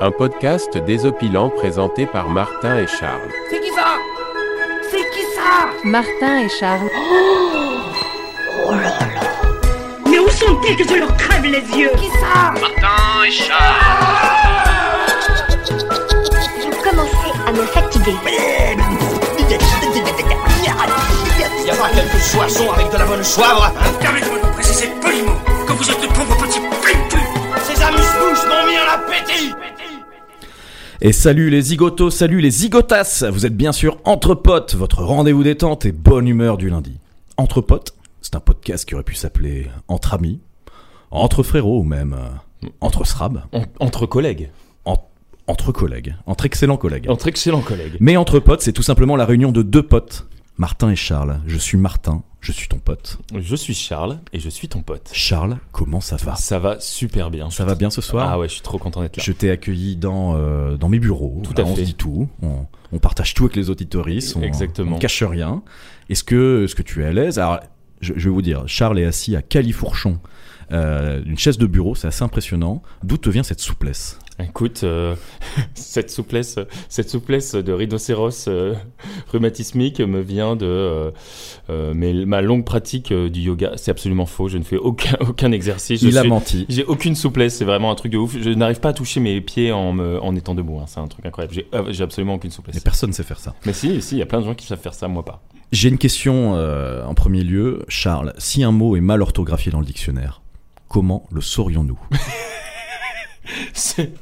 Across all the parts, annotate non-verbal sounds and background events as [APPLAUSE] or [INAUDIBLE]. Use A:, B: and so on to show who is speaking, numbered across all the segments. A: Un podcast désopilant présenté par Martin et Charles.
B: C'est qui ça C'est qui ça
C: Martin et Charles.
B: Mais où sont-ils que je leur crève les yeux Qui ça
D: Vous commencez à me fatiguer.
E: Il y a pas quelques soissons avec de la bonne soivre
F: Permettez-moi de vous préciser poliment que vous êtes de pauvres petits princuls.
E: Ces amuse-bouches m'ont mis un appétit
G: Et salut les zigotos, salut les zigotas Vous êtes bien sûr Entre Potes, votre rendez-vous détente et bonne humeur du lundi. Entre Potes, c'est un podcast qui aurait pu s'appeler Entre Amis, Entre Frérots ou même euh, Entre Srab,
H: entre collègues,
G: en- Entre Collègues, Entre Excellents Collègues.
H: entre excellents collègues.
G: Mais Entre Potes, c'est tout simplement la réunion de deux potes, Martin et Charles. Je suis Martin, je suis ton pote.
H: Je suis Charles et je suis ton pote.
G: Charles, comment ça va
H: Ça va super bien.
G: Ça va bien ce soir
H: Ah ouais, je suis trop content d'être là.
G: Je t'ai accueilli dans, euh, dans mes bureaux.
H: Tout
G: Voilà,
H: à
G: on
H: fait.
G: se dit tout. On, on partage tout avec les auditoristes. On,
H: Exactement.
G: on cache rien. Est-ce que, est que tu es à l'aise Alors, je, je vais vous dire, Charles est assis à califourchon. Euh, une chaise de bureau, c'est assez impressionnant. D'où te vient cette souplesse
H: Écoute, euh, [LAUGHS] cette souplesse, cette souplesse de rhinocéros euh, rhumatismique me vient de euh, euh, mes- ma longue pratique euh, du yoga. C'est absolument faux. Je ne fais aucun [LAUGHS] aucun exercice. Je
G: Il a
H: suis-
G: menti.
H: J'ai aucune souplesse, c'est vraiment un truc de ouf. Je n'arrive pas à toucher mes pieds en, me- en étant debout, hein. c'est un truc incroyable. J'ai euh, j'ai absolument aucune
G: Mais
H: souplesse.
G: personne sait faire ça.
H: Mais si, si, il y a plein de gens qui savent faire ça, moi pas.
G: J'ai une question euh, en premier lieu. Charles, si un mot est mal orthographié dans le dictionnaire, comment le
H: [LAUGHS]
G: saurions-nous
H: C'est-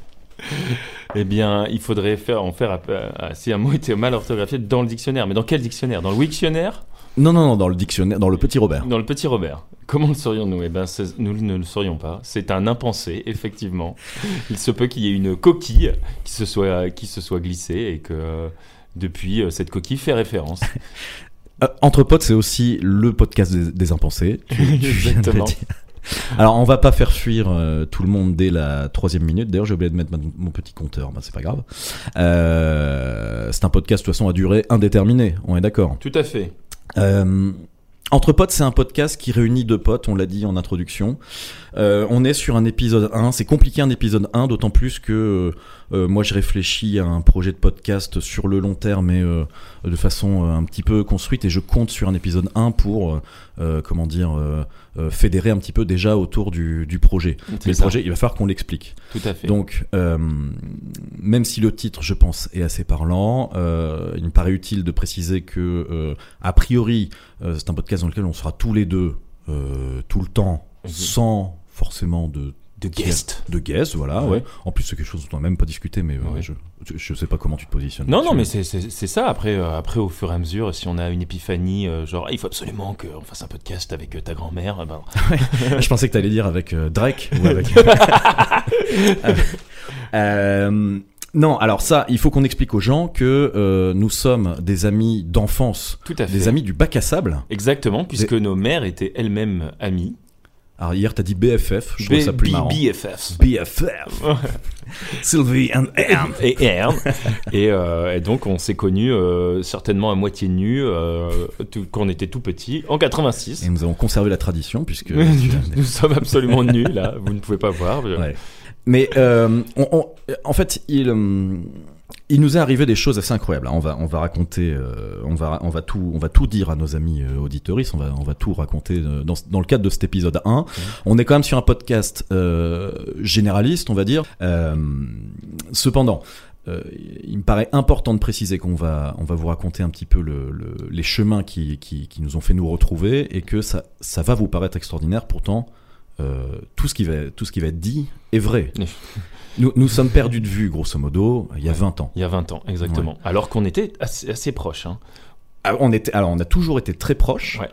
H: Eh bien, il faudrait faire, en faire appel à- à- si un mot était mal orthographié dans le dictionnaire. Mais dans quel dictionnaire Dans le Wiktionnaire
G: Non, non, non, dans le dictionnaire, dans le petit Robert.
H: Dans le Petit Robert. Comment le saurions-nous Eh bien, c'est- nous ne le saurions pas. C'est un impensé, effectivement. Il se peut qu'il y ait une coquille qui se soit, qui se soit glissée et que euh, depuis, euh, cette coquille fait
G: [LAUGHS]
H: référence.
G: Euh, Entre potes, c'est aussi le podcast des, des impensés. Tu-
H: [LAUGHS]
G: tu viens de le
H: Exactement.
G: dire. Alors, on va pas faire fuir euh, tout le monde dès la troisième minute. D'ailleurs, j'ai oublié de mettre ma- mon petit compteur. Bah, c'est pas grave. Euh, c'est un podcast de toute façon à durée indéterminée. On est d'accord.
H: Tout à fait.
G: Euh, Entre potes, c'est un podcast qui réunit deux potes, on l'a dit en introduction. Euh, on est sur un épisode 1, c'est compliqué un épisode 1, d'autant plus que euh, moi je réfléchis à un projet de podcast sur le long terme mais de façon euh, un petit peu construite et je compte sur un épisode 1 pour, euh, euh, comment dire, euh, euh, fédérer un petit peu déjà autour du, du projet.
H: C'est
G: Mais le
H: ça.
G: projet, il va falloir qu'on l'explique.
H: Tout à fait.
G: Donc, euh, même si le titre, je pense, est assez parlant, euh, il me paraît utile de préciser que, euh, a priori, euh, c'est un podcast dans lequel on sera tous les deux, euh, tout le temps,
H: Mhm.
G: sans forcément de
H: de guest.
G: de guest, voilà.
H: Ouais.
G: Ouais. En plus, c'est quelque chose dont on n'a même pas discuté, mais euh,
H: Ouais.
G: je, je- je sais pas comment tu te positionnes.
H: Non, non, mais
G: là-dessus.
H: c'est c'est- c'est ça. Après, euh, après, au fur et à mesure, si on a une épiphanie, euh, genre, Ah, il faut absolument qu'on fasse un podcast avec euh, ta grand-mère, eh
G: [LAUGHS]
H: ben,
G: je pensais que t'allais dire avec euh, Drake ou
H: [LAUGHS]
G: avec. Euh, non, alors ça, il faut qu'on explique aux gens que euh, nous sommes des amis d'enfance,
H: tout à fait.
G: des amis du bac à sable.
H: Exactement, puisque nos mères étaient elles-mêmes amies.
G: Alors hier, t'as dit BFF, je trouve ça plus marrant. [LAUGHS]
H: BFFs.
G: BFF. Sylvie and Anne.
H: Et Ern. et, euh, et donc, on s'est connus euh, certainement à moitié nus euh, tout- quand on était tout petits, en 86.
G: Et nous avons conservé la tradition
H: [LAUGHS]
G: puisque.
H: nous, nous sommes absolument nus, là. Vous ne pouvez pas voir. Je-
G: Ouais. Mais euh, on- on- en fait, il, hum, il nous est arrivé des choses assez incroyables. hein. On va, on va raconter, euh, on, va, on, va tout, on va tout dire à nos amis euh, auditoristes, on va, on va tout raconter euh, dans, ce- dans le cadre de cet épisode 1. On est quand même sur un podcast euh, généraliste, on va dire. Euh, cependant, euh, il me paraît important de préciser qu'on va, on va vous raconter un petit peu le- le- les chemins qui, qui, qui nous ont fait nous retrouver et que ça, ça va vous paraître extraordinaire. Pourtant, euh, tout, ce qui va, tout ce qui va être dit est vrai. Nous, nous sommes perdus de vue, grosso modo, il y a 20 ans.
H: Il y a 20 ans, exactement. Alors qu'on était assez, assez proches. hein.
G: Ah, On était, alors, on a toujours été très proches.
H: Ouais.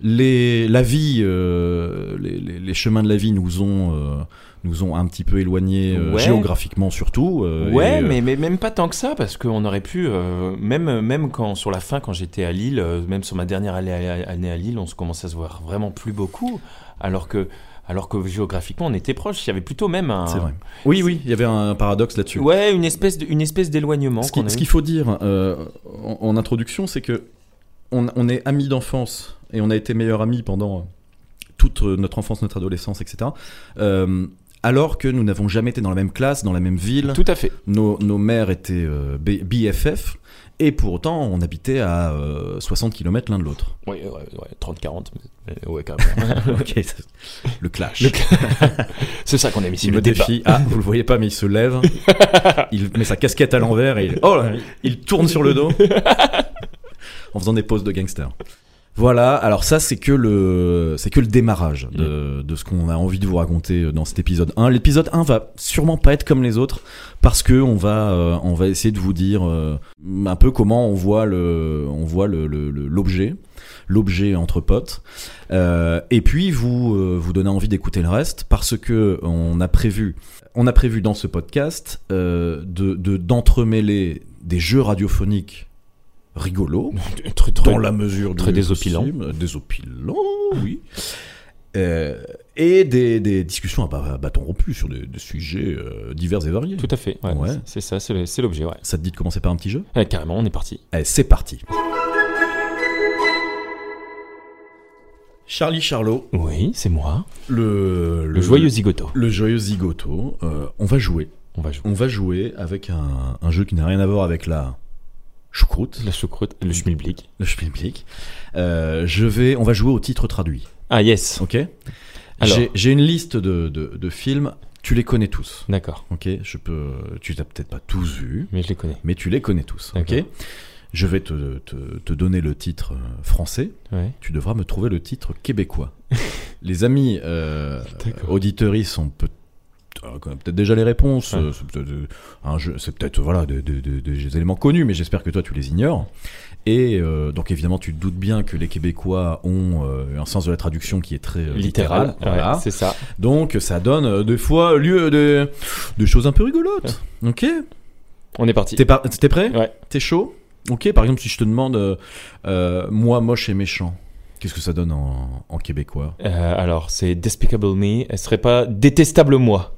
G: Les, la vie, euh, les, les- les chemins de la vie nous ont, euh, nous ont un petit peu éloignés euh,
H: Ouais.
G: géographiquement surtout. euh,
H: Ouais,
G: et, euh,
H: mais, mais même pas tant que ça, parce qu'on aurait pu, euh, même, même quand sur la fin, quand j'étais à Lille, euh, même sur ma dernière allée- allée- année, à Lille, on se commençait à se voir vraiment plus beaucoup, alors que, alors que géographiquement, on était proches. Il y avait plutôt même un.
G: C'est vrai. Oui, oui, il y avait un paradoxe là-dessus.
H: Ouais, une espèce de- une espèce d'éloignement.
G: Ce qui-
H: qu'on a
G: ce
H: eu.
G: qu'il faut dire euh, en, en introduction, c'est que on, on est amis d'enfance euh, et on a été meilleurs amis pendant toute notre enfance, notre adolescence, etc. Euh, alors que nous n'avons jamais été dans la même classe, dans la même ville.
H: Tout à fait.
G: Nos, nos mères étaient euh, B- BFF, et pour autant, on habitait à euh, 60 km l'un de l'autre.
H: Ouais, ouais, ouais, 30-40. mais- mais Ouais, quand [LAUGHS] même.
G: Ok, c'est- le clash.
H: Le C'est ça qu'on a mis ici.
G: il me
H: Le débat.
G: défie. Ah, vous le voyez pas, mais il se lève. il met sa casquette à l'envers et il, oh là, il tourne sur le dos en faisant des poses de gangster. Voilà. Alors ça, c'est que le, c'est que le démarrage de, de ce qu'on a envie de vous raconter dans cet épisode 1. L'épisode 1 va sûrement pas être comme les autres parce que on va, euh, on va essayer de vous dire euh, un peu comment on voit le, on voit le, le- le- l'objet, l'objet entre potes. Euh, et puis vous euh, vous donnez envie d'écouter le reste parce que on a prévu on a prévu dans ce podcast euh, de de- d'entremêler des jeux radiophoniques rigolos
H: Très- très-
G: dans la mesure
H: très
G: du
H: désopilant.
G: possible. désopilant oui Euh, et des, des discussions à ba- à bâton rompu sur des, des sujets euh, divers et variés
H: Tout à fait. ouais.
G: Ouais.
H: C'est ça, c'est le- c'est l'objet, ouais.
G: ça te dit de commencer par un petit jeu
H: Ouais, Carrément, on est parti.
G: Allez, c'est parti Charlie Charlot,
H: Oui, c'est moi.
G: le,
H: Le joyeux zigoto.
G: le joyeux zigoto, euh, on va jouer.
H: On va jouer.
G: On va jouer avec un, un jeu qui n'a rien à voir avec la choucroute,
H: La choucroute, le schmilblick.
G: le schmilblick. Euh, je vais, on va jouer au titre traduit.
H: Ah, yes.
G: Ok.
H: Alors.
G: J'ai- J'ai une liste de, de- de films. Tu les connais tous.
H: D'accord.
G: Ok. Je peux. Tu t'as peut-être pas tous vu,
H: Mais je les connais.
G: mais tu les connais tous. Ok.
H: D'accord.
G: Je vais te, te- te donner le titre euh, français.
H: Ouais.
G: Tu devras me trouver le titre
H: [LAUGHS]
G: québécois. les amis euh,
H: D'accord.
G: auditeurs, sont peut alors qu'on a peut-être déjà les réponses.
H: Ouais.
G: euh, C'est peut-être euh, un jeu- c'est peut-être, voilà des, des- des- des éléments connus, mais j'espère que toi tu les ignores. Et euh, donc évidemment, tu te doutes bien que les Québécois ont euh, un sens de la traduction qui est très euh, littéral.
H: Littéral.
G: voilà.
H: Ouais, c'est ça.
G: donc ça donne euh, des fois lieu à des, des choses un peu rigolotes. Ok.
H: On est parti.
G: T'es par- t'es prêt
H: Ouais.
G: T'es chaud Ok. Par exemple, si je te demande euh, euh, moi moche et méchant, qu'est-ce que ça donne en, en québécois
H: Euh, alors, c'est Despicable Me. Elle serait pas Détestable Moi.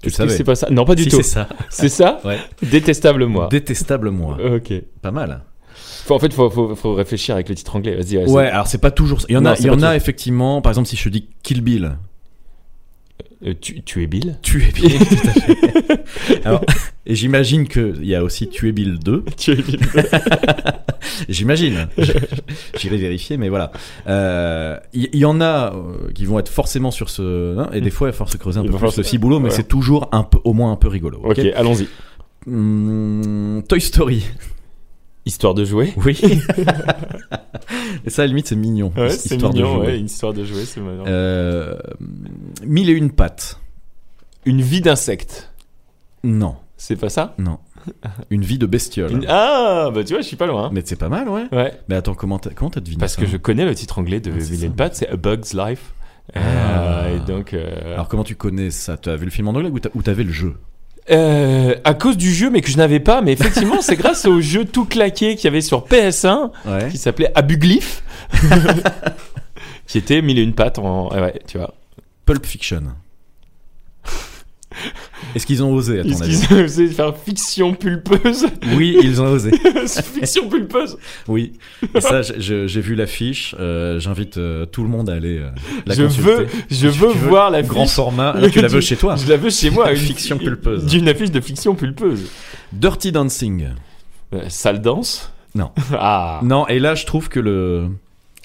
G: Tu
H: Est-ce que
G: savais.
H: c'est pas ça Non, pas du
G: Si,
H: tout.
G: c'est ça.
H: C'est ça
G: Ouais.
H: Détestable Moi. Euh.
G: Détestable moi.
H: Ok.
G: Pas mal.
H: Faut- en fait, faut, faut, faut réfléchir avec le titre anglais. Vas-y. vas-y.
G: Ouais, alors c'est pas toujours. ça. Il y en
H: Non,
G: a,
H: c'est
G: il y
H: pas
G: en a
H: tout.
G: effectivement. Par exemple, si je dis Kill
H: [LAUGHS]
G: Bill,
H: Euh, tu, tu
G: [LAUGHS]
H: es Bill
G: tu es Bill. tout à fait. [LAUGHS] Alors, et j'imagine que il y a aussi Tuer Bill 2.
H: Tu es Bill. [LAUGHS]
G: J'imagine. J'irai vérifier, mais voilà. Euh, Il y, il y en a euh, qui vont être forcément sur ce. hein, et des fois, il va falloir se creuser un
H: Mm. Il
G: peu
H: va
G: plus
H: falloir
G: ce
H: se-
G: ciboulot, mais
H: ouais.
G: c'est toujours un peu, au moins un peu rigolo.
H: ok,
G: ok
H: allons-y.
G: Hum, Toy Story.
H: Histoire de jouer.
G: Oui.
H: [LAUGHS]
G: et ça, à la limite, c'est mignon.
H: Ouais, c'est
G: histoire de
H: mignon.
G: jouer.
H: ouais, une histoire de jouer, c'est marrant.
G: Euh, mille et une pattes.
H: Une vie d'insecte.
G: Non.
H: C'est pas ça
G: Non. Une vie de bestiole.
H: Une- Ah, bah tu vois, je suis pas loin.
G: Mais c'est pas mal, ouais.
H: Ouais.
G: Mais attends, comment t'as, comment t'as deviné
H: Parce
G: ça
H: que je connais le titre anglais de
G: Ah, c'est
H: Mille et une
G: ça.
H: Pattes, c'est A Bug's Life. Euh,
G: Ah.
H: et donc, euh,
G: Alors comment tu connais ça T'as vu le film en anglais ou, t'as- ou t'avais le jeu
H: euh, à cause du jeu, mais que je n'avais pas, mais effectivement, c'est grâce au jeu tout claqué qu'il y avait sur PS1
G: Ouais.
H: qui s'appelait Abuglyph, [LAUGHS] qui était Mille et une Pattes en. eh Ouais, ouais, tu vois.
G: Pulp
H: [LAUGHS]
G: Fiction. Est-ce qu'ils ont osé, à ton
H: Est-ce
G: avis
H: qu'ils ont [LAUGHS] essayé de faire fiction pulpeuse [LAUGHS]
G: Oui, ils ont osé.
H: Fiction pulpeuse
G: [LAUGHS] Oui. Et ça, je- je- j'ai vu l'affiche. euh, j'invite euh, tout le monde à aller euh, la
H: Je
G: consulter.
H: veux, je
G: Si
H: veux
G: tu veux,
H: voir la
G: Grand
H: fiche.
G: format. Alors, tu la veux chez toi
H: Je la veux chez moi.
G: Fiction pulpeuse.
H: D'une affiche de fiction pulpeuse.
G: Dirty Dancing.
H: Euh, sale danse
G: Non.
H: [LAUGHS] Ah.
G: Non, et là, je trouve que le,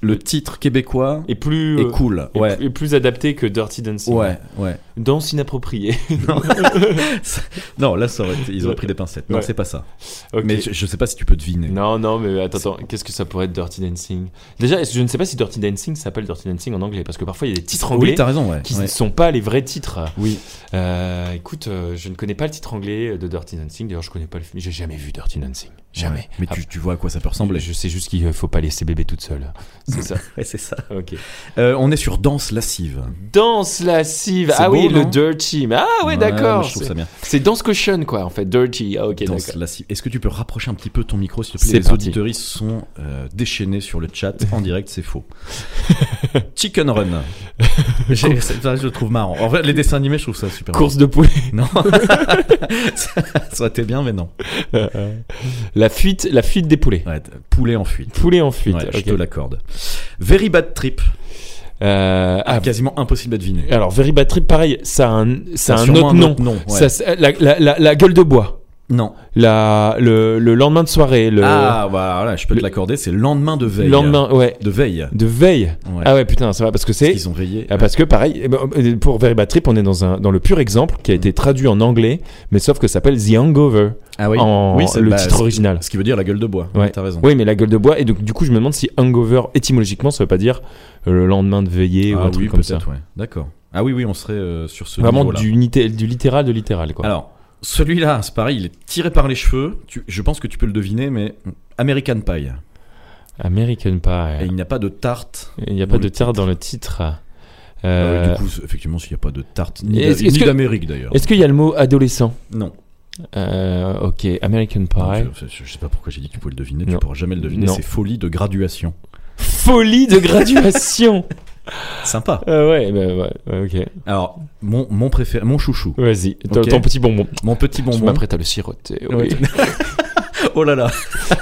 G: le titre québécois
H: Et plus. euh,
G: est cool.
H: et
G: Ouais.
H: plus- et plus adapté que Dirty Dancing.
G: Ouais, ouais.
H: Danse inappropriée. [LAUGHS]
G: Non, là, ça aurait été- ils auraient pris des pincettes. Non,
H: Ouais.
G: c'est pas ça.
H: Ok.
G: Mais je, je sais pas si tu peux deviner.
H: Non, non, mais attends, attends, qu'est-ce que ça pourrait être Dirty Dancing Déjà, est-ce que je ne sais pas si Dirty Dancing s'appelle Dirty Dancing en anglais, parce que parfois il y a des titres anglais
G: Oui, t'as raison, ouais.
H: qui
G: Ouais.
H: ne sont pas les vrais titres.
G: Oui.
H: Euh, écoute, euh, je ne connais pas le titre anglais de Dirty Dancing, d'ailleurs je connais pas le film, j'ai jamais vu Dirty Dancing. Jamais.
G: Ouais. Mais
H: Ah,
G: tu, tu vois à quoi ça peut ressembler.
H: Je sais juste qu'il ne faut pas laisser bébé toute seule. C'est ça.
G: [LAUGHS]
H: [LAUGHS]
G: Ouais, c'est ça.
H: Ok.
G: Euh, on est sur Danse lascive.
H: Danse lascive.
G: C'est
H: Ah oui,
G: beau,
H: le
G: non
H: dirty. Mais ah ouais, d'accord.
G: Je trouve
H: C'est-
G: ça bien.
H: C'est danse cochonne quoi en fait. Dirty. Ah ok,
G: Danse
H: d'accord.
G: lascive. Est-ce que tu peux rapprocher un petit peu ton micro, s'il te plaît
H: C'est
G: Les
H: parti.
G: auditeurs sont euh, déchaînés sur le chat. En direct, c'est [LAUGHS] faux. Chicken Run. J'ai- ça, je le trouve marrant. En fait, les dessins animés, je trouve ça super
H: Course de poulet. [LAUGHS]
G: marrant. Non. [LAUGHS] ça, ça aurait été bien, mais non.
H: La fuite, la fuite des poulets.
G: Ouais, poulet en fuite.
H: Poulet en fuite.
G: Ouais,
H: ok.
G: Je te l'accorde. Very Bad Trip.
H: Euh, ah,
G: Quasiment impossible à deviner.
H: alors, Very Bad Trip, pareil, ça a un, ça a un
G: sûrement
H: autre nom.
G: nom. ouais.
H: Ça, c'est- la, la- la- la gueule de bois.
G: Non.
H: La, le, le lendemain de soirée. Le
G: Ah, voilà, je peux
H: Euh, le-
G: te l'accorder, c'est le lendemain de veille.
H: lendemain, ouais.
G: De veille.
H: De veille.
G: Ouais.
H: Ah ouais, putain, ça va parce que c'est.
G: Ils ont veillé.
H: Ah, parce que pareil, eh ben, euh, pour Very Bad Trip, on est dans, un, dans le pur exemple qui a été traduit en anglais, mais sauf que ça s'appelle The Hangover,
G: Ah oui,
H: en,
G: oui c'est
H: le
G: bah,
H: titre
G: ce-
H: original.
G: Ce qui veut dire la gueule de bois.
H: Ouais.
G: T'as raison.
H: Oui, mais la gueule de bois, et donc du coup, je me demande si Hangover, étymologiquement, ça veut pas dire euh, le lendemain de veillée ou
G: Ah
H: un truc
G: oui,
H: comme ça.
G: peut-être, ouais. D'accord. Ah oui, oui, on serait euh, sur ce
H: Vraiment
G: niveau-là.
H: du, nité- du littéral de littéral, quoi.
G: Alors, celui-là, c'est pareil, il est tiré par les cheveux. Tu- je pense que tu peux le deviner, mais American Pie.
H: American
G: Et
H: Pie.
G: il n'y a pas de tarte.
H: Il n'y a
G: Dans
H: pas
G: le
H: de terre dans le titre.
G: Ah
H: Euh,
G: oui, du coup, c'est- effectivement, s'il n'y a pas de tarte, ni
H: est-ce-
G: d'A-
H: est-ce
G: ni
H: que-
G: d'Amérique d'ailleurs.
H: Est-ce qu'il y a le mot adolescent
G: Non.
H: Euh, Ok, American Pie.
G: Non, je, je- je sais pas pourquoi j'ai dit que tu pouvais le deviner.
H: Non.
G: Tu pourras jamais le deviner.
H: Non.
G: C'est folie de graduation.
H: Folie de [LAUGHS] graduation
G: Sympa.
H: Euh, Ouais, bah, ouais, ouais,
G: Alors, mon, mon préféré, mon chouchou,
H: ok. Vas-y, ton,
G: Ok.
H: ton petit bonbon.
G: mon petit
H: Je
G: bonbon.
H: m'apprête bah, à le siroter. oui. [LAUGHS]
G: Ouais. Oh là là.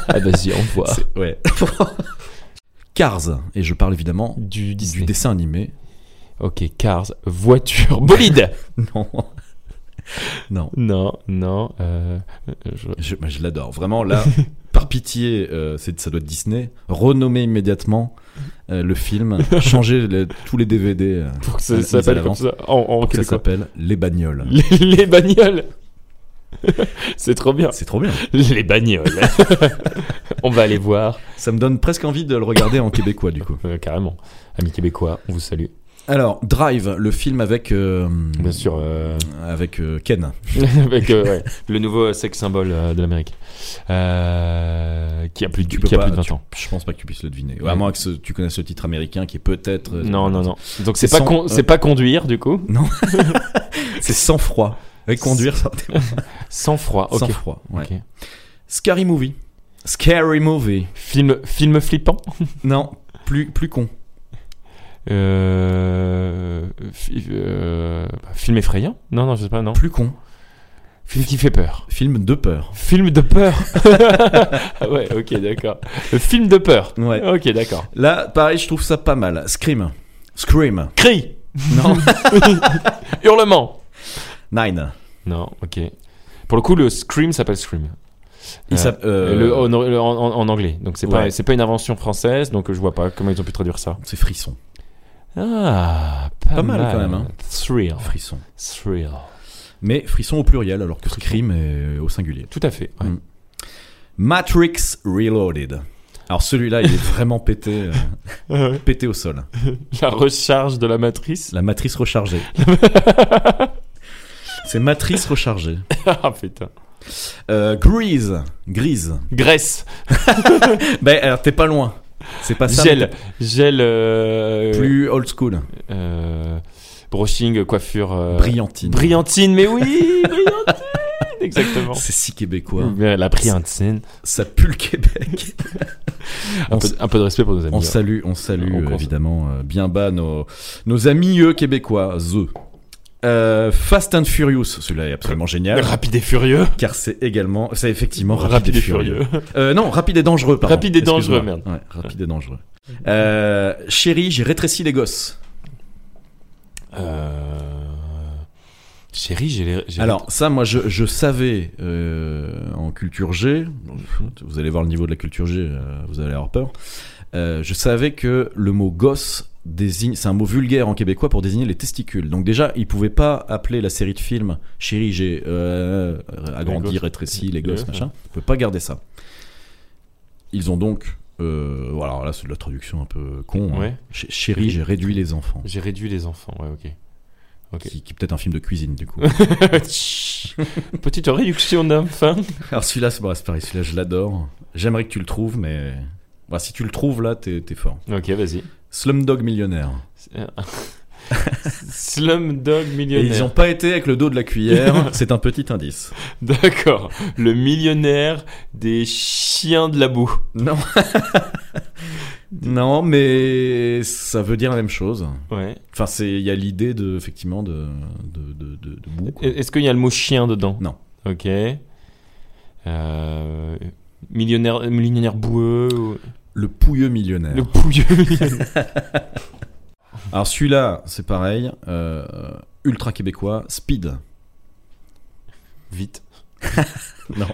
H: ah, vas-y, on voit.
G: C'est- Ouais. [LAUGHS] Cars. Et je parle évidemment
H: Du Disney.
G: du dessin animé.
H: Ok, cars, voiture, bolide
G: Non. non.
H: [LAUGHS] Non, non. euh, je-
G: Je, bah, je l'adore. Vraiment, là, [LAUGHS] par pitié, euh, c'est- ça doit être Disney. Renommer immédiatement euh, le film. [LAUGHS] Changer le- tous les DVD. euh,
H: Pour que ça
G: Mise à
H: s'appelle comme
G: l'avance.
H: ça. En, en
G: pour que ça
H: québécois.
G: s'appelle Les Bagnoles.
H: Les, les bagnoles [LAUGHS] C'est trop bien.
G: C'est trop bien.
H: Les bagnoles. [LAUGHS] on va aller voir.
G: Ça me donne presque envie de le regarder en québécois, du coup.
H: Euh, carrément. Amis québécois, on vous salue.
G: Alors, Drive, le film avec, euh,
H: Bien sûr. euh,
G: avec euh, Ken.
H: [LAUGHS] avec euh, ouais, le nouveau sexe symbole euh, de l'Amérique. Euh, qui a plus de,
G: Tu peux
H: qui a
G: pas-
H: plus de 20 ans.
G: Je pense pas que tu puisses le deviner.
H: Ouais.
G: À moins que ce- tu connaisses le titre américain qui est peut-être. euh,
H: Non, non, non. Donc c'est
G: C'est
H: pas,
G: sans-
H: con- c'est
G: euh,
H: pas conduire du coup.
G: C'est sans froid. Et conduire, ça.
H: Sans froid. Ok.
G: Sans froid. ouais.
H: Ok.
G: Scary Movie. Scary Movie.
H: Film, film flippant.
G: Non, plus, plus con.
H: Euh, fi- euh, bah, film effrayant. Non, non, je sais pas. Non.
G: Plus con.
H: Film qui fait peur.
G: Film de peur.
H: Film de peur. [LAUGHS] Ah ouais, ok, d'accord. Le Film de peur.
G: Ouais.
H: Ok, d'accord.
G: Là, pareil, je trouve ça pas mal. Scream. Scream.
H: Cri.
G: [LAUGHS] Non.
H: [LAUGHS] Hurlement.
G: Nine.
H: Non, ok. Pour le coup, le scream s'appelle scream.
G: Il
H: Euh,
G: s'app- euh,
H: le- en, le- en- en- en anglais. Donc c'est pas
G: Ouais.
H: c'est pas une invention française. Donc je vois pas comment ils ont pu traduire ça.
G: C'est Frisson.
H: Ah, pas,
G: Pas mal, quand même, hein.
H: Thrill.
G: Frisson.
H: Thrill.
G: Mais Frisson au pluriel, alors que Scream est euh, au singulier.
H: Tout à fait. ouais.
G: Mm. Matrix Reloaded. Alors celui-là, il est vraiment [LAUGHS] pété, euh, pété au sol.
H: La recharge de la matrice.
G: La matrice [LAUGHS] rechargée. C'est matrice rechargée.
H: [LAUGHS] ah putain.
G: Euh, Grease. Grease.
H: Graisse.
G: Ben, alors, t'es pas loin. C'est pas Ah, ça.
H: Gel. Gel. euh,
G: mais Plus old school.
H: euh, brushing, coiffure. euh,
G: Brillantine.
H: Brillantine, mais oui, [LAUGHS] brillantine. Exactement.
G: C'est si québécois.
H: Mais La brillantine.
G: Ça pue le
H: [LAUGHS]
G: Québec.
H: Un peu, un peu de respect pour nos amis.
G: on salue, on salue
H: On
G: euh,
H: pense-
G: évidemment euh, bien bas nos, nos amis eux québécois. The. Euh, Fast and Furious, celui-là est absolument génial,
H: Rapide et furieux.
G: car c'est également, c'est effectivement
H: hein. Rapide,
G: rapide,
H: et furieux.
G: Euh, non, rapide et dangereux, pardon.
H: Rapide et
G: Excuse-moi.
H: dangereux, merde.
G: Ouais, rapide et dangereux. Euh, chérie, j'ai rétréci les gosses.
H: Euh, Chérie, j'ai les. j'ai-
G: Alors ça, moi, je, je savais euh, en culture G.
H: Mhm.
G: Vous allez voir le niveau de la culture G, euh, vous allez avoir peur. Euh, je savais que le mot gosse désigne, c'est un mot vulgaire en québécois pour désigner les testicules. Donc déjà, ils pouvaient pas appeler la série de films Chérie, j'ai euh, agrandi,
H: gosses.
G: rétréci les
H: Ouais.
G: gosses, machin. Ils pouvaient pas garder ça. Ils ont donc, euh, voilà, là c'est de la traduction un peu con. hein.
H: Ouais.
G: Ch- Chérie, j'ai réduit les enfants.
H: J'ai réduit les enfants, ouais, ok. [LAUGHS] Ok.
G: Qui, qui est peut-être un film de cuisine du coup.
H: Petite réduction d'enfants.
G: Alors celui-là, c'est bon, c'est pareil, celui-là je l'adore. J'aimerais que tu le trouves, mais Bah, si tu le trouves là, t'es t'es fort.
H: Ok, vas-y. [LAUGHS]
G: Slumdog Millionnaire.
H: Slumdog
G: Et
H: millionnaire.
G: ils n'ont pas été avec le dos de la cuillère, [LAUGHS] c'est un petit indice.
H: D'accord. Le millionnaire des chiens de la boue.
G: Non. [LAUGHS] non, mais ça veut dire la même chose.
H: Ouais.
G: Enfin, c'est- il y a l'idée de, effectivement de, de, de, de- de boue. quoi.
H: Est- Est-ce qu'il y a le mot chien dedans
G: Non.
H: Ok. Euh, millionnaire,
G: Euh,
H: millionnaire boueux. ou-
G: [LAUGHS] Le pouilleux millionnaire.
H: Le pouilleux millionnaire.
G: Alors celui-là, c'est pareil. euh, ultra québécois, Speed.
H: Vite.
G: Non,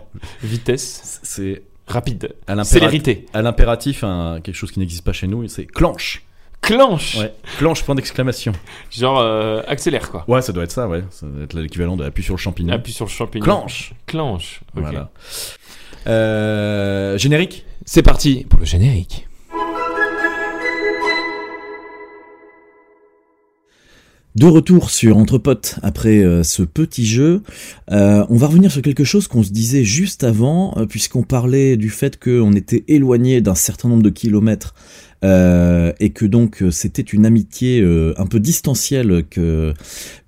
H: Vitesse.
G: c'est
H: Rapide.
G: à l'impératif-
H: Célérité.
G: à l'impératif un- quelque chose qui n'existe pas chez nous, c'est clenche.
H: Clenche.
G: Ouais, clenche point d'exclamation.
H: Genre euh, accélère quoi.
G: Ouais, ça doit être ça, ouais. Ça doit être l'équivalent de appuie sur le champignon.
H: Appuie sur le champignon.
G: Clenche.
H: Clenche. ok.
G: Mm. Voilà. Euh, générique.
H: C'est parti pour le générique.
C: De retour sur Entre Potes après euh, ce petit jeu, euh, on va revenir sur quelque chose qu'on se disait juste avant, euh, puisqu'on parlait du fait qu'on était éloigné d'un certain nombre de kilomètres euh, et que donc euh, c'était une amitié euh, un peu distancielle que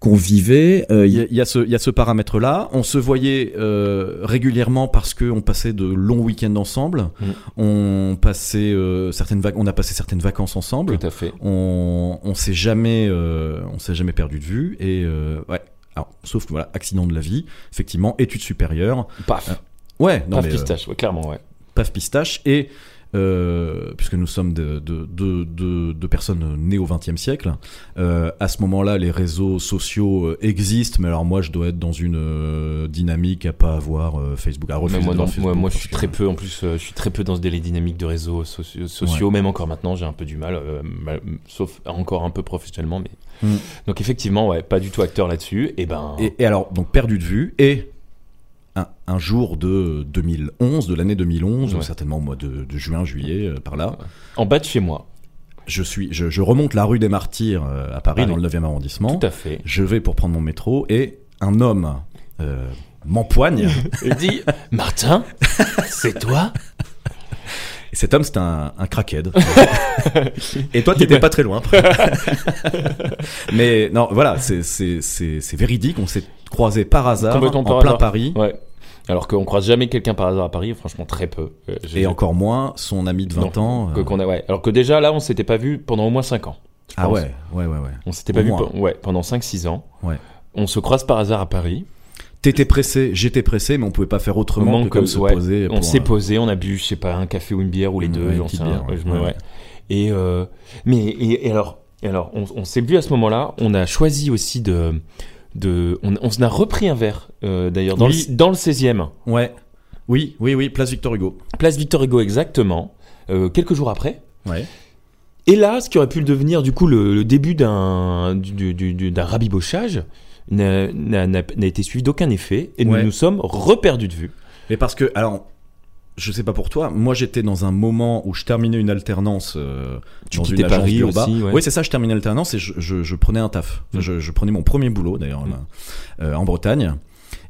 C: qu'on vivait. Euh,
G: Il
C: il-
G: y a- il y, a ce- il y a ce paramètre-là. On se voyait euh, régulièrement parce que on passait de longs week-ends ensemble.
H: Mm.
G: On passait euh, certaines vac- on a passé certaines vacances ensemble.
H: Tout à fait.
G: On, on s'est jamais, euh, on s'est jamais perdu de vue et euh, ouais. Alors, sauf que voilà, accident de la vie, effectivement, études supérieures.
H: Paf.
G: Ah, Ouais, non
H: Paf
G: mais, euh,
H: pistache. ouais, clairement ouais.
G: Paf Pistache et euh, puisque nous sommes de, de, de- de- de personnes nées au XXe siècle, euh, à ce moment-là, les réseaux sociaux euh, existent, mais alors moi, je dois être dans une euh, dynamique à pas avoir euh, Facebook. À
H: Mais
G: refuser
H: moi,
G: d'avoir
H: non,
G: Facebook
H: moi, moi, je
G: parce
H: suis
G: que-
H: très peu, en plus, euh, je suis très peu dans des dynamiques de réseaux soci- euh, sociaux, même encore maintenant, j'ai un peu du mal, euh, mal- sauf encore un peu professionnellement. Mais...
G: Mm.
H: Donc, effectivement, ouais, pas du tout acteur là-dessus. Et ben,
G: Et, et alors, donc perdu de vue et un, un jour de 2011, de l'année 2011,
H: Ouais.
G: certainement au mois de, de juin, juillet, euh, par là,
H: en bas de chez moi,
G: je, suis, je, je remonte la rue des Martyrs euh, à Paris,
H: Paris.
G: dans le 9e arrondissement.
H: tout à fait.
G: Je vais pour prendre mon métro et un homme euh,
H: [LAUGHS]
G: m'empoigne. [LAUGHS]
H: Il dit Martin, c'est toi
G: Et cet homme, c'était un, un crackhead. [LAUGHS] et toi, t'étais pas très loin. [LAUGHS] Mais non, voilà, c'est- c'est c'est- c'est véridique. On s'est croisés par hasard
H: Complètement
G: en
H: par
G: plein
H: hasard.
G: Paris.
H: Ouais. Alors qu'on croise jamais quelqu'un par hasard à Paris, franchement, très peu. Euh, j'ai-
G: Et encore moins son ami de 20
H: Non,
G: ans.
H: que-
G: euh,
H: qu'on a- ouais. Alors que déjà, là, on s'était pas vu pendant au moins 5 ans. je
G: ah
H: pense.
G: ouais, ouais, ouais, ouais.
H: On s'était
G: Au
H: pas vu
G: moins.
H: pe- ouais, pendant 5-6 ans.
G: Ouais.
H: On se croise par hasard à Paris.
G: T'étais pressé, j'étais pressé, mais on pouvait pas faire autrement
H: Moment
G: que
H: que-
G: comme se
H: ouais,
G: poser.
H: On
G: pour,
H: s'est
G: euh,
H: posé, on a bu, je sais pas, un café ou une bière ou les
G: Mmh,
H: deux,
G: ouais, une
H: j'en
G: petite
H: sais rien.
G: bière, ouais,
H: Je me-
G: ouais.
H: ouais. Et euh, mais et, et alors, et alors, on, on s'est bu à ce moment-là. On a choisi aussi de de, on, on s'en a repris un verre euh, d'ailleurs dans,
G: Oui.
H: le, dans le 16e,
G: Ouais. Oui, oui, oui. Place Victor Hugo.
H: place Victor Hugo exactement, euh, quelques jours après.
G: Ouais.
H: Et là, ce qui aurait pu le devenir du coup le, le début d'un du- du- du- d'un rabibochage n'a- n'a n'a- n'a été suivi d'aucun effet et
G: Ouais.
H: nous nous sommes reperdus de vue.
G: Mais parce que, alors, je sais pas pour toi, moi j'étais dans un moment où je terminais une alternance euh,
H: Tu
G: dans
H: quittais
G: une agence
H: Paris
G: Bureau
H: aussi,
G: Bas.
H: ouais.
G: Oui, c'est ça, je terminais l'alternance et je, je- je prenais un taf. Enfin,
H: Mm.
G: je, je prenais mon premier boulot d'ailleurs
H: Mm.
G: là, euh, en Bretagne.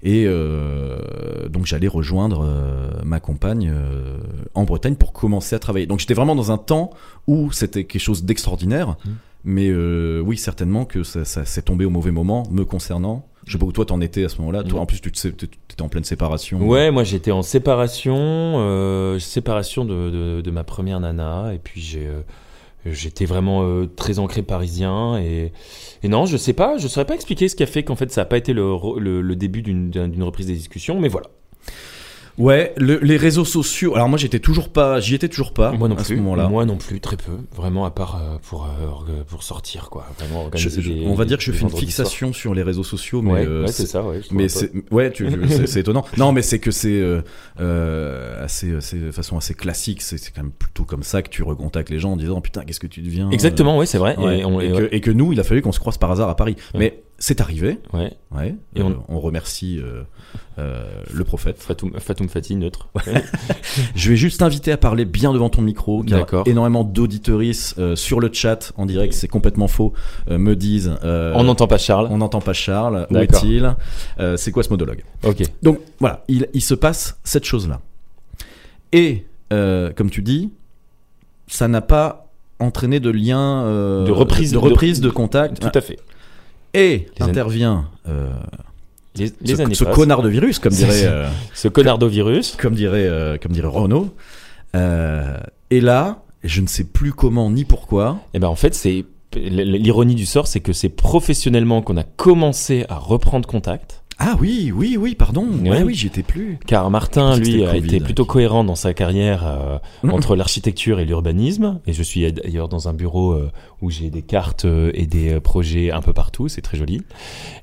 G: Et euh, donc j'allais rejoindre euh, ma compagne euh, en Bretagne pour commencer à travailler. Donc j'étais vraiment dans un temps où c'était quelque chose d'extraordinaire.
H: Mm.
G: Mais euh, oui, certainement que ça, ça s'est tombé au mauvais moment, me concernant. Je sais pas où toi t'en étais à ce moment-là. Toi,
H: Mm.
G: en plus, tu te sais- t'étais en pleine séparation.
H: Ouais, moi j'étais en séparation, euh, séparation de, de- de ma première nana, et puis j'ai, euh, j'étais vraiment euh, très ancré parisien, et, et non, je sais pas, je saurais pas expliquer ce qui a fait qu'en fait ça a pas été le, re- le- le début d'une, d'un- d'une reprise des discussions, mais voilà.
G: Ouais, le- les réseaux sociaux. Alors moi, j'étais toujours pas, j'y étais toujours pas
H: moi non
G: à
H: plus,
G: ce moment-là.
H: moi non plus, très peu, vraiment à part euh, pour, euh, org- pour sortir quoi. Vraiment
G: Je-
H: organiser
G: je-
H: des-
G: on va dire que je
H: des
G: fais une
H: vendredis
G: fixation sur les réseaux sociaux, mais
H: soirs. Ouais,
G: euh,
H: ouais,
G: c'est-
H: c'est ça, ouais. je
G: Mais
H: trouve un
G: c'est ouais, tu, tu-
H: [LAUGHS]
G: c'est- c'est étonnant. Non, mais c'est que c'est euh, euh, assez, assez- de façon assez classique. C'est c'est quand même plutôt comme ça que tu recontactes les gens en disant putain, qu'est-ce que tu deviens euh,
H: peu. Exactement, ouais, c'est vrai.
G: Ouais. Et,
H: Et on, et
G: que, et que nous, il a fallu qu'on se croise par hasard à Paris.
H: Ouais.
G: Mais c'est arrivé.
H: ouais, ouais.
G: Ouais.
H: Et
G: Euh,
H: on-
G: on... remercie euh, euh, le prophète.
H: Fatoum, Fatoum Fati, neutre.
G: Je vais juste t'inviter à parler bien devant ton micro, car
H: D'accord.
G: énormément d'auditoristes euh, sur le chat en direct, c'est complètement faux, euh, me disent euh,
H: on n'entend pas Charles.
G: on n'entend pas Charles, où
H: D'accord.
G: est-il Euh, C'est quoi ce modologue
H: Ok.
G: Donc voilà, il, il se passe cette chose-là. Et, euh, comme tu dis, ça n'a pas entraîné de lien euh,
H: De reprise-
G: de, reprise
H: de-
G: de contact
H: Tout à fait.
G: et
H: années-
G: intervient euh,
H: Les, les
G: ce,
H: années
G: ce
H: passent.
G: connard de virus comme
H: C'est
G: dirait
H: ça.
G: euh,
H: ce connard de virus.
G: comme dirait, euh, comme dirait Renaud. Euh, et là, je ne sais plus comment ni pourquoi.
H: Et ben en fait, c'est l'ironie du sort, c'est que c'est professionnellement qu'on a commencé à reprendre contact.
G: Ah oui, oui, oui, pardon.
H: Oui.
G: Ouais, oui, j'y étais plus.
H: Car Martin,
G: Parce que
H: lui,
G: c'était le
H: a été
G: Covid,
H: plutôt
G: qui-
H: cohérent dans sa carrière euh,
G: Mhm.
H: entre l'architecture et l'urbanisme. Et je suis d'ailleurs dans un bureau euh, où j'ai des cartes euh, et des euh, projets un peu partout. C'est très joli.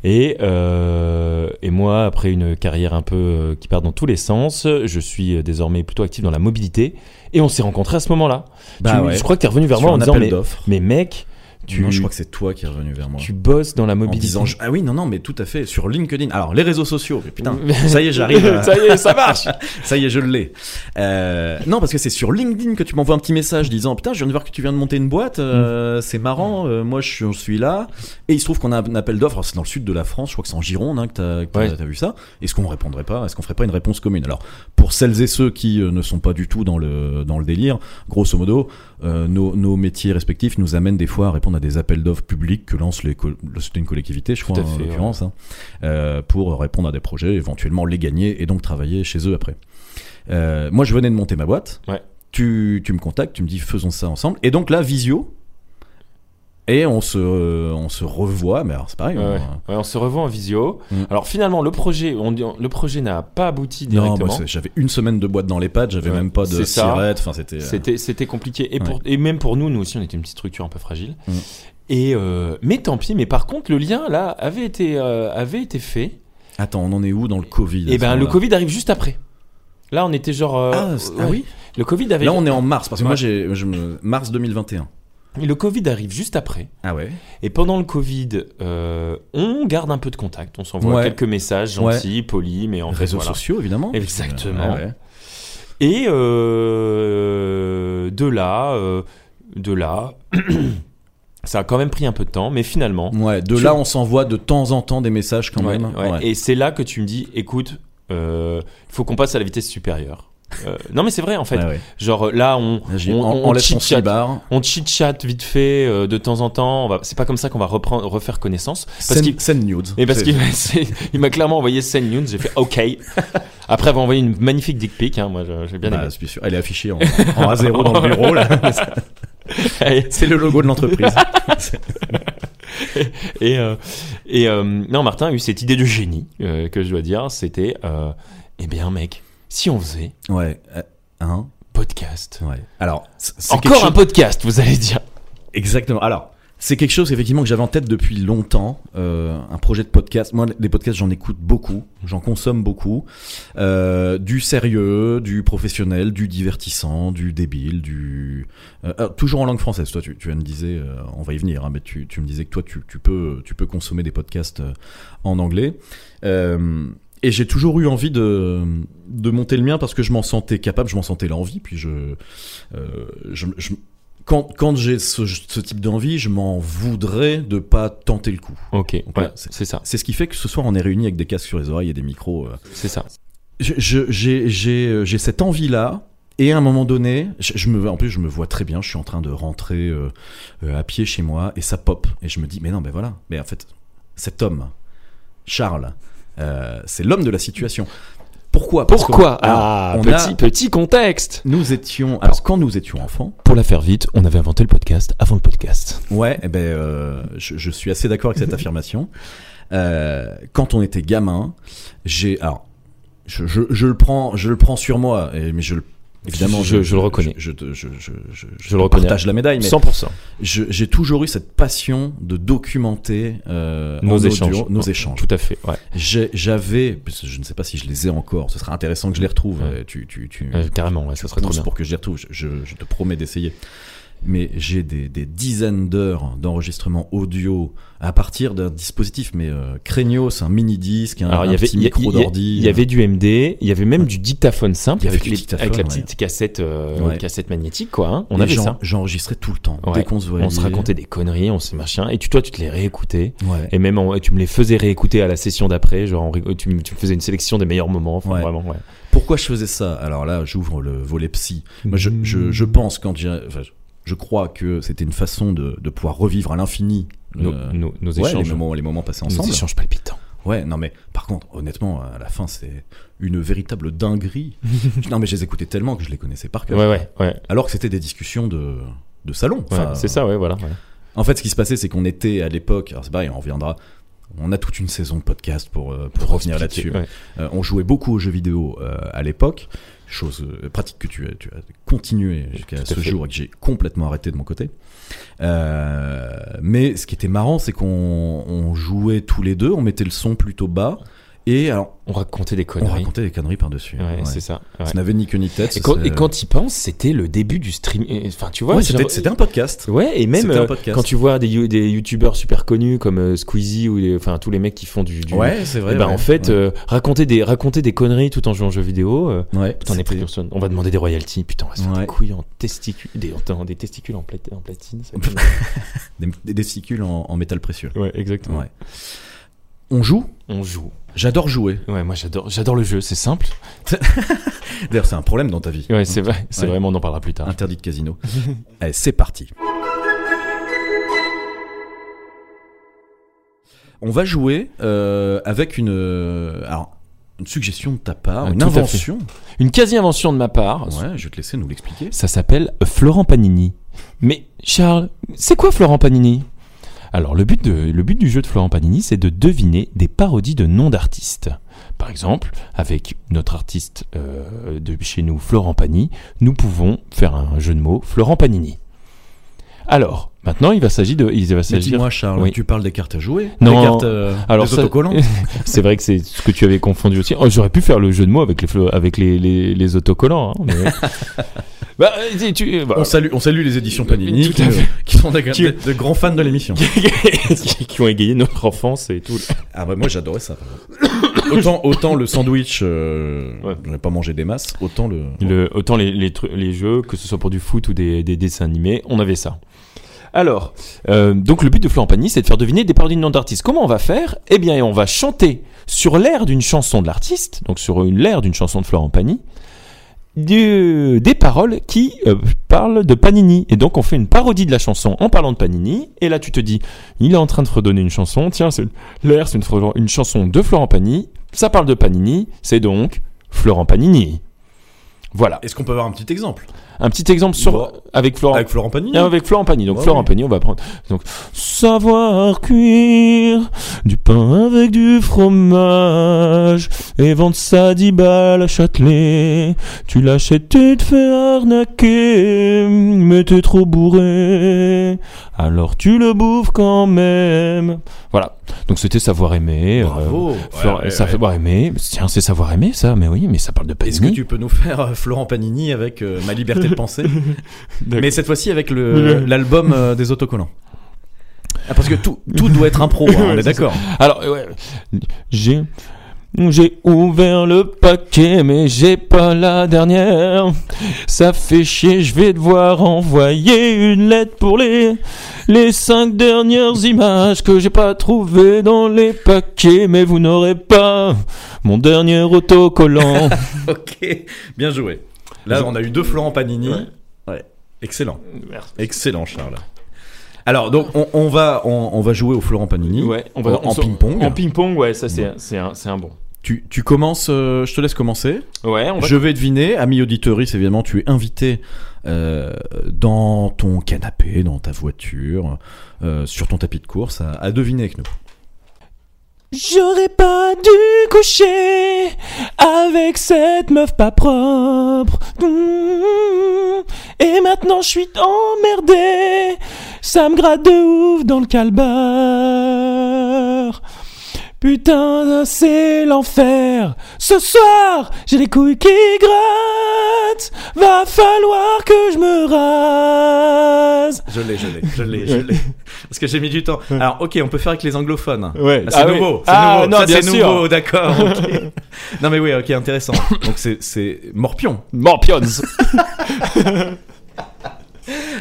H: Et, euh, et moi, après une carrière un peu euh, qui part dans tous les sens, je suis euh, désormais plutôt actif dans la mobilité. Et on s'est rencontrés à ce moment-là. Tu- Je crois que tu es revenu vers moi en
G: Bah un
H: disant
G: appel
H: mais,
G: d'offres.
H: mais mec, tu,
G: Non, je crois que c'est toi qui es revenu vers moi.
H: tu bosses dans la
G: En
H: mobilité.
G: disant, je- ah oui, non, non, mais tout à fait, sur LinkedIn. Alors, les réseaux sociaux, mais
H: [LAUGHS]
G: putain, ça y est, j'arrive. euh. à-
H: Ça y est, ça marche.
G: Ça y est, je l'ai. Euh, non, parce que c'est sur LinkedIn que tu m'envoies un petit message disant Putain, je viens de voir que tu viens de monter une boîte,
H: Mm.
G: euh, c'est marrant, euh, moi je suis- je suis là. Et il se trouve qu'on a un appel d'offres, Alors, c'est dans le sud de la France, je crois que c'est en Gironde hein, que t'as- que t'as
H: Ouais.
G: t'as vu ça. Est-ce qu'on répondrait pas Est-ce qu'on ferait pas une réponse commune Alors, pour celles et ceux qui euh, ne sont pas du tout dans le, dans le délire, grosso modo, euh, nos, nos métiers respectifs nous amènent des fois à répondre à des appels d'offres publics que lance les co- c'était une collectivité, je crois,
H: à
G: en
H: fait, ouais.
G: l'occurrence, hein, euh, pour répondre à des projets, éventuellement les gagner et donc travailler chez eux après. Euh, moi, je venais de monter ma boîte.
H: Ouais.
G: Tu, tu me contactes, tu me dis faisons ça ensemble. Et donc là, visio. Et on se, euh, on se revoit, mais alors c'est pareil.
H: Ouais,
G: on- euh,
H: ouais. Ouais, on se revoit en visio.
G: Mm.
H: Alors finalement, le projet, on, dit- le projet n'a pas abouti
G: Non,
H: directement.
G: bah, c'est- j'avais une semaine de boîte dans les pattes, j'avais
H: Ouais.
G: même pas de
H: C'est ça.
G: sirette. Enfin, c'était. euh,
H: c'était, c'était compliqué. Et, pour, et même pour nous, nous aussi, on était une petite structure un peu fragile.
G: Mm.
H: Et euh, mais tant pis. Mais par contre, le lien là avait été euh, avait été fait.
G: Attends, on en est où dans le Covid à
H: et
G: ce
H: ben le
G: moment-là
H: Covid arrive juste après. Là, on était genre. euh,
G: Ah, c'est- ah
H: ouais.
G: oui.
H: Le Covid avait.
G: Là, on est en mars, parce que
H: Ouais.
G: moi, j'ai, je me- mars 2021.
H: Mais Le Covid arrive juste après.
G: Ah ouais.
H: Et pendant le Covid, euh, on garde un peu de contact. On s'envoie
G: Ouais.
H: quelques messages
G: Ouais.
H: gentils, polis, mais en fait,
G: Réseaux
H: voilà.
G: sociaux, évidemment. Ah
H: Exactement.
G: Ouais, ouais.
H: Et euh, de là, euh, de là, [CLEARS THROAT] ça a quand même pris un peu de temps, mais finalement.
G: Ouais, de
H: Tu-
G: là, on s'envoie de temps en temps des messages Mmh, quand
H: Ouais,
G: même. hein,
H: ouais.
G: Ouais.
H: Et c'est là que tu me dis, écoute, euh, il faut qu'on passe à la vitesse supérieure. Euh, non mais c'est vrai en fait.
G: Ouais, Ah ouais.
H: Genre là on
G: Là, j'ai-
H: on,
G: en-
H: on,
G: enlève son
H: chit-chat,
G: cibard.
H: on chit-chat vite fait euh, de temps en temps. On va- C'est pas comme ça qu'on va reprendre, refaire connaissance. Parce qu'il
G: Scène, scène nude.
H: Et parce
G: C'est-
H: qu'il [LAUGHS] m'a- c'est- il m'a clairement envoyé scène news, j'ai fait
G: [LAUGHS]
H: OK. Après avoir envoyé une magnifique dick pic, hein, moi je- j'ai bien [LAUGHS]
G: Bah, c'est sûr. Elle est affichée en, en A0 dans le bureau. là.
H: aimé.
G: C'est le logo de l'entreprise.
H: Et, euh, et euh, non, Martin a eu cette idée de génie euh, que je dois dire. C'était, euh, eh bien, mec, si on faisait
G: ouais. euh, Hein
H: podcast.
G: ouais. Alors, c'est c'est quelque
H: Encore un
G: chose-
H: podcast, vous allez dire.
G: Exactement. Alors, c'est quelque chose effectivement que j'avais en tête depuis longtemps. euh, un projet de podcast. Moi, les podcasts, j'en écoute beaucoup, j'en consomme beaucoup. Euh, du sérieux, du professionnel, du divertissant, du débile, du euh, ah, toujours en langue française. Toi, tu, tu me disais, euh, on va y venir, hein, mais tu, tu me disais que toi, tu, tu peux, tu peux consommer des podcasts euh, en anglais. Euh, et j'ai toujours eu envie de, de monter le mien parce que je m'en sentais capable, je m'en sentais l'envie, puis je, euh, je, je- quand, quand j'ai ce, ce type d'envie, je m'en voudrais de pas tenter le coup.
H: Ok,
G: voilà,
H: ouais, c'est ça,
G: C'est ce qui fait que ce soir on est réunis avec des casques sur les oreilles et des micros. euh.
H: c'est ça.
G: Je- je- J'ai j'ai- euh, j'ai cette envie là. Et à un moment donné, je, je me, en plus je me vois très bien, je suis en train de rentrer euh, euh, à pied chez moi et ça pop. Et je me dis, mais non, mais voilà, mais en fait, cet homme, Charles, euh, c'est l'homme de la situation. Pourquoi Parce qu'on-
H: Pourquoi
G: alors,
H: Ah,
G: on
H: petit,
G: a-
H: petit contexte.
G: Nous étions, alors quand nous étions enfants,
H: Pour la faire vite, on avait inventé le podcast avant le podcast.
G: Ouais, eh ben, euh, je, je suis assez d'accord avec
H: [LAUGHS]
G: cette affirmation. Euh, quand on était gamin, j'ai alors je, je, je le prends je le prends sur moi, et- mais je le évidemment
H: Je- je le reconnais.
G: Je, je, je, je, je,
H: Je le reconnais.
G: partage la médaille, mais
H: 100%.
G: je- j'ai toujours eu cette passion de documenter euh, en
H: nos
G: audio
H: échanges.
G: nos échanges.
H: Tout à fait, ouais.
G: J'ai- J'avais, parce que je ne sais pas si je les ai encore. Ce sera intéressant que je les retrouve.
H: Ouais.
G: Euh, Tu tu tu,
H: Ouais, carrément, ouais, ça serait trop
G: pousse
H: bien.
G: pour que je les retrouve. Je, je- je te promets d'essayer. Mais j'ai des, des dizaines d'heures d'enregistrement audio à partir d'un dispositif, mais euh, craignos, un mini disque, un,
H: Alors, il y
G: un
H: avait,
G: petit
H: il y a-
G: micro
H: il y a-
G: d'ordi.
H: il y avait du MD, il y avait même du dictaphone simple
G: Il y avait
H: avec,
G: du
H: les-
G: dictaphone,
H: avec la
G: ouais.
H: petite cassette, euh,
G: Ouais.
H: cassette magnétique, quoi. hein. On
G: euh, Et
H: avait
G: j'en-
H: ça.
G: J'enregistrais tout le temps.
H: Ouais.
G: Dès qu'on se voyait.
H: On se racontait des conneries, on se machin. Et tu, toi, tu te les réécoutais.
G: Ouais.
H: Et même, en- tu me les faisais réécouter à la session d'après. Genre, en rigol- tu, me- tu me faisais une sélection des meilleurs moments. Enfin,
G: Ouais.
H: vraiment, ouais.
G: Pourquoi je faisais ça Alors là, j'ouvre le volet psy. Moi, je, je, je pense, quand j'ai- enfin, je- je crois que c'était une façon de, de pouvoir revivre à l'infini
H: Nos,
G: euh,
H: nos- nos
G: ouais, les,
H: échanges.
G: moments, les moments passés
H: nos
G: ensemble.
H: échanges palpitants.
G: Ouais, non mais par contre, honnêtement, à la fin, c'est une véritable dinguerie.
H: [LAUGHS]
G: non mais je les écoutais tellement que je les connaissais par
H: Ouais,
G: cœur.
H: ouais, ouais.
G: Alors que c'était des discussions de, de salon.
H: Ouais,
G: Enfin,
H: c'est ça, ouais, voilà. ouais.
G: En fait, ce qui se passait, c'est qu'on était à l'époque, alors c'est pareil, on reviendra, on a toute une saison de podcast pour, euh, pour revenir là-dessus.
H: Ouais.
G: Euh, on jouait beaucoup aux jeux vidéo euh, à l'époque, chose euh, pratique que tu as, tu as continué
H: Tout
G: jusqu'à
H: à
G: ce
H: fait.
G: jour et que j'ai complètement arrêté de mon côté. Euh, mais ce qui était marrant, c'est qu'on on jouait tous les deux, on mettait le son plutôt bas et alors,
H: On racontait des
G: on
H: conneries.
G: racontait des conneries par-dessus.
H: Ouais,
G: Ouais.
H: c'est ça. ouais.
G: Ça n'avait ni queue ni tête.
H: Et quand,
G: ça-
H: et quand il pense, c'était le début du stream. Enfin, tu vois,
G: Ouais,
H: genre-
G: c'était c'était un podcast.
H: Ouais, et même
G: C'était un
H: euh,
G: podcast.
H: quand tu vois des, you- des youtubeurs super connus comme euh, Squeezie ou des- enfin tous les mecs qui font du, du
G: Ouais, c'est
H: Eh
G: vrai.
H: ben,
G: ouais.
H: en fait,
G: Ouais.
H: euh, raconter, des, raconter des conneries tout en jouant aux jeux vidéo, euh,
G: Ouais,
H: putain, on est
G: c'était-
H: précurseurs. On va demander des royalties, putain, on va se faire
G: Ouais.
H: des couilles en testicules, des, en- des testicules en, plat- en platine. ça va être-
G: des, des testicules en, en métal précieux.
H: ouais,
G: [LAUGHS]
H: exactement.
G: Ouais. On joue.
H: On joue.
G: J'adore jouer.
H: Ouais, moi j'adore, j'adore le jeu, c'est simple.
G: D'ailleurs, c'est un problème dans ta vie.
H: Ouais, c'est vrai, c'est
G: Ouais.
H: vraiment, on en parlera plus tard.
G: Interdit de
H: [LAUGHS]
G: casino. Allez, c'est parti. On va jouer euh, avec une, euh, alors, une suggestion de ta part,
H: Ah,
G: une
H: tout à fait.
G: invention.
H: Une quasi-invention de ma part,
G: Ouais, je vais te laisser nous l'expliquer.
H: ça s'appelle Florent Panini. Mais Charles, c'est quoi Florent Panini Alors le but, de- le but du jeu de Florent Panini, c'est de deviner des parodies de noms d'artistes. Par exemple, avec notre artiste euh, de chez nous, Florent Pagny, nous pouvons faire un jeu de mots, Florent Panini. Alors, maintenant, il va s'agir de... Il va
G: Mais
H: s'agir...
G: dis-moi, Charles,
H: Oui.
G: tu parles des cartes à jouer,
H: Non.
G: des cartes, euh,
H: Alors
G: des
H: ça-
G: autocollants.
H: [LAUGHS] c'est vrai que c'est ce que tu avais confondu aussi. Oh, J'aurais pu faire le jeu de mots avec les, flo- avec les, les- les
G: [LAUGHS]
H: autocollants. hein, mais- Bah, tu- tu- bah,
G: On salue, on salue les éditions Panini
H: Tout
G: qui, euh,
H: à fait.
G: qui sont des, gra-
H: Tu-
G: des- de grands fans de [LAUGHS] l'émission.
H: qui ont égayé notre enfance et tout.
G: Ah bah, moi j'adorais ça. par exemple. autant, autant le sandwich, euh,
H: Ouais.
G: j'en ai pas mangé des masses, autant le.
H: Le- autant les, les, tru- les jeux, que ce soit pour du foot ou des, des dessins animés, on avait ça. Alors, euh, donc le but de Florent Pagny, c'est de faire deviner des parodies de noms d'artistes. Comment on va faire Eh bien, on va chanter sur l'air d'une chanson de l'artiste, donc sur une l'air d'une chanson de Florent Pagny, du- des paroles qui euh, parlent de Panini. Et donc, on fait une parodie de la chanson en parlant de Panini. Et là, tu te dis, il est en train de fredonner une chanson. Tiens, c'est- l'air, c'est une, fre- une chanson de Florent Pagny. Ça parle de Panini. C'est donc Florent Panini. Voilà.
G: Est-ce qu'on peut avoir un petit exemple
H: Un petit exemple sur
G: Bon.
H: avec Florent.
G: avec Florent Panini
H: Et avec Florent Pagny. Donc
G: Ouais,
H: Florent
G: oui.
H: Pagny, on va prendre donc savoir cuire du pain avec du fromage et vendre ça 10 balles à Châtelet. Tu l'achètes, tu te fais arnaquer, mais t'es trop bourré. Alors tu le bouffes quand même. Voilà. Donc c'était savoir aimer. euh,
G: Bravo.
H: Florent-
G: Ouais, ouais, ouais.
H: savoir aimer. Tiens, c'est savoir aimer ça. Mais oui, mais ça parle de
G: Est-ce que
H: Panini.
G: tu peux nous faire euh, Florent Panini avec euh, Ma liberté de penser
H: [LAUGHS] D'accord.
G: Mais cette fois-ci avec le- l'album euh, des autocollants. Ah, parce que
H: [LAUGHS]
G: tout, tout doit être impro, hein, on est d'accord.
H: Alors, euh, ouais, j'ai. J'ai ouvert le paquet, mais j'ai pas la dernière. Ça fait chier, je vais devoir envoyer une lettre pour les, les cinq dernières images que j'ai pas trouvées dans les paquets, mais vous n'aurez pas mon dernier autocollant.
G: [LAUGHS] ok, bien joué. Là, on a eu deux Florent Panini. Ouais. Excellent. Excellent, Charles. Alors, donc, on, on va, on, on va jouer au Florent Panini. en, en ping-pong.
H: ping-pong, ouais, ça c'est un, bon.
G: Tu, tu commences, euh, je te laisse commencer.
H: Ouais, on
G: Je vais deviner, ami auditeuriste, évidemment, tu es invité euh, dans ton canapé, dans ta voiture, euh, sur ton tapis de course, à, à deviner avec nous.
H: J'aurais pas dû coucher avec cette meuf pas propre. Mmh. Et maintenant je suis emmerdé. Ça me gratte de ouf dans le calbar. Putain, c'est l'enfer. Ce soir, j'ai les couilles qui grattent. Va falloir que je me rase.
G: Je l'ai, je l'ai, je l'ai, je [LAUGHS] l'ai. Parce que j'ai mis du temps. Alors, ok, on peut faire avec les anglophones.
H: Ouais.
G: Ah, c'est nouveau, c'est
H: Ah,
G: nouveau.
H: non,
G: Ça,
H: bien
G: c'est
H: sûr.
G: nouveau, d'accord. [LAUGHS] ok. non, mais oui, ok, intéressant. Donc, c'est- c'est Morpion.
H: Morpions.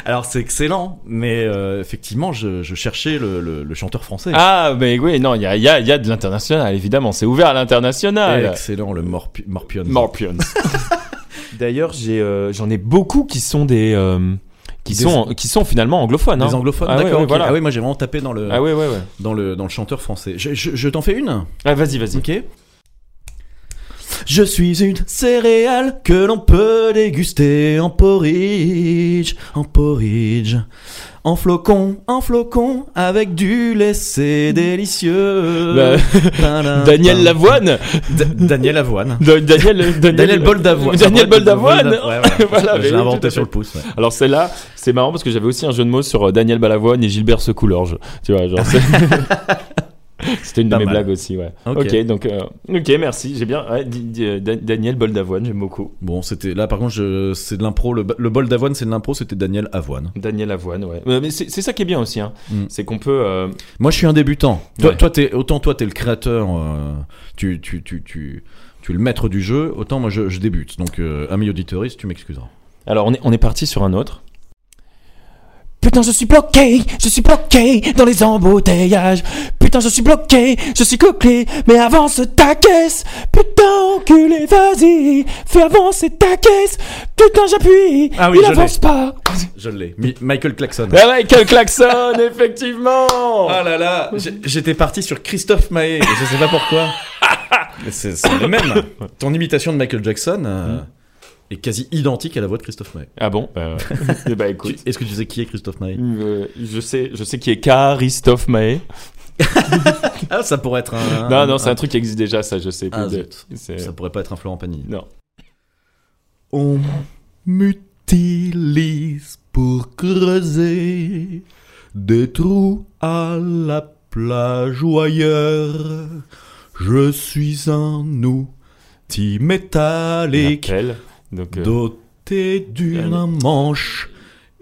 G: Alors, c'est excellent, mais euh, effectivement, je, je cherchais le, le- le chanteur français.
H: Ah, mais oui, non, il y a, il y a- il y a de l'international, évidemment. C'est ouvert à
G: Ah,
H: l'international.
G: Excellent, le Morpi- Morpion.
H: Morpions. [LAUGHS] D'ailleurs, j'ai, euh, j'en ai beaucoup qui sont des. euh, qui,
G: Des-
H: sont, qui sont finalement anglophones.
G: Les
H: hein.
G: anglophones,
H: Ah ouais,
G: d'accord.
H: ouais,
G: ok.
H: voilà.
G: Ah oui, moi j'ai vraiment tapé dans le,
H: Ah ouais, ouais, ouais.
G: dans le, dans le chanteur français. Je, je- je t'en fais une
H: Ah, vas-y, vas-y.
G: Ok. Je suis une céréale que l'on peut déguster en porridge, en porridge, en En flocon, en flocon, avec du lait, c'est délicieux.
H: Mm. Bah, [LAUGHS]
G: Tadam,
H: Daniel
G: tadam.
H: Lavoine
G: Da- Daniel Lavoine.
H: Da- [LAUGHS] Daniel, [LAUGHS] Daniel,
G: Daniel Bol d'avoine.
H: Daniel Bol d'avoine.
G: Ouais, voilà.
H: [LAUGHS] Voilà,
G: Je
H: mais
G: l'ai
H: oui, tout
G: inventé
H: à
G: sur
H: fait.
G: le pouce. ouais.
H: Alors celle-là, c'est marrant parce que j'avais aussi un jeu de mots sur euh, Daniel Balavoine et Gilbert Secoulorge. Tu vois, genre. [LAUGHS] c'est- C'était une de
G: Pas
H: mes
G: mal.
H: blagues aussi, ouais.
G: Ok.
H: Ok, donc euh, ok, merci. J'ai bien ouais, di- di- euh, Da- Daniel Boldavoine, j'aime beaucoup.
G: Bon, c'était là par contre, je- c'est de l'impro. Le, le bol d'avoine, c'est de l'impro. C'était Daniel Avoine.
H: Daniel Avoine, ouais. Euh, Mais c'est c'est ça qui est bien aussi, hein.
G: Mm.
H: C'est qu'on peut. euh,
G: Moi, je suis un débutant. Toi,
H: Ouais.
G: toi, t'es- autant toi, t'es le créateur. euh, tu, tu, tu, tu, tu es le maître du jeu. Autant moi, je, je débute. Donc, euh, ami auditoriste, tu m'excuseras.
H: Alors on est on est parti sur un autre.
F: Putain, je suis bloqué, je suis bloqué dans les embouteillages. Putain, je suis bloqué, je suis coclé, mais avance ta caisse. Putain, enculé, vas-y, fais avancer ta caisse. Putain, j'appuie,
G: Ah oui,
F: il
G: je l'ai.
F: avance pas.
G: Je l'ai. Mi- Michael Klaxon.
H: Ah ouais,
G: [LAUGHS]
H: quel klaxon, effectivement.
G: Ah là là, j'ai- j'étais parti sur Christophe Maé, et je sais pas [LAUGHS] pourquoi. Mais c'est c'est le même. Ton imitation de Michael Jackson euh, est quasi identique à la voix de Christophe Maé.
H: Ah bon. Bah, ouais. [LAUGHS] Eh bah
G: Tu-
H: écoute.
G: Est-ce que tu sais qui est Christophe Maé
H: euh, je sais, je sais qui est Christophe Maé.
G: Ah, ça pourrait être un.
H: non, non, c'est un truc qui existe déjà, ça, je sais.
G: Ah,
H: plus de-
G: zut.
H: c'est-
G: Ça pourrait pas être un Florent Pagny.
H: Non.
G: On mutilise pour creuser des trous à la plage ou ailleurs. Je suis un outil métallique
H: Appel. Donc, euh,
G: doté d'une
H: Allez.
G: manche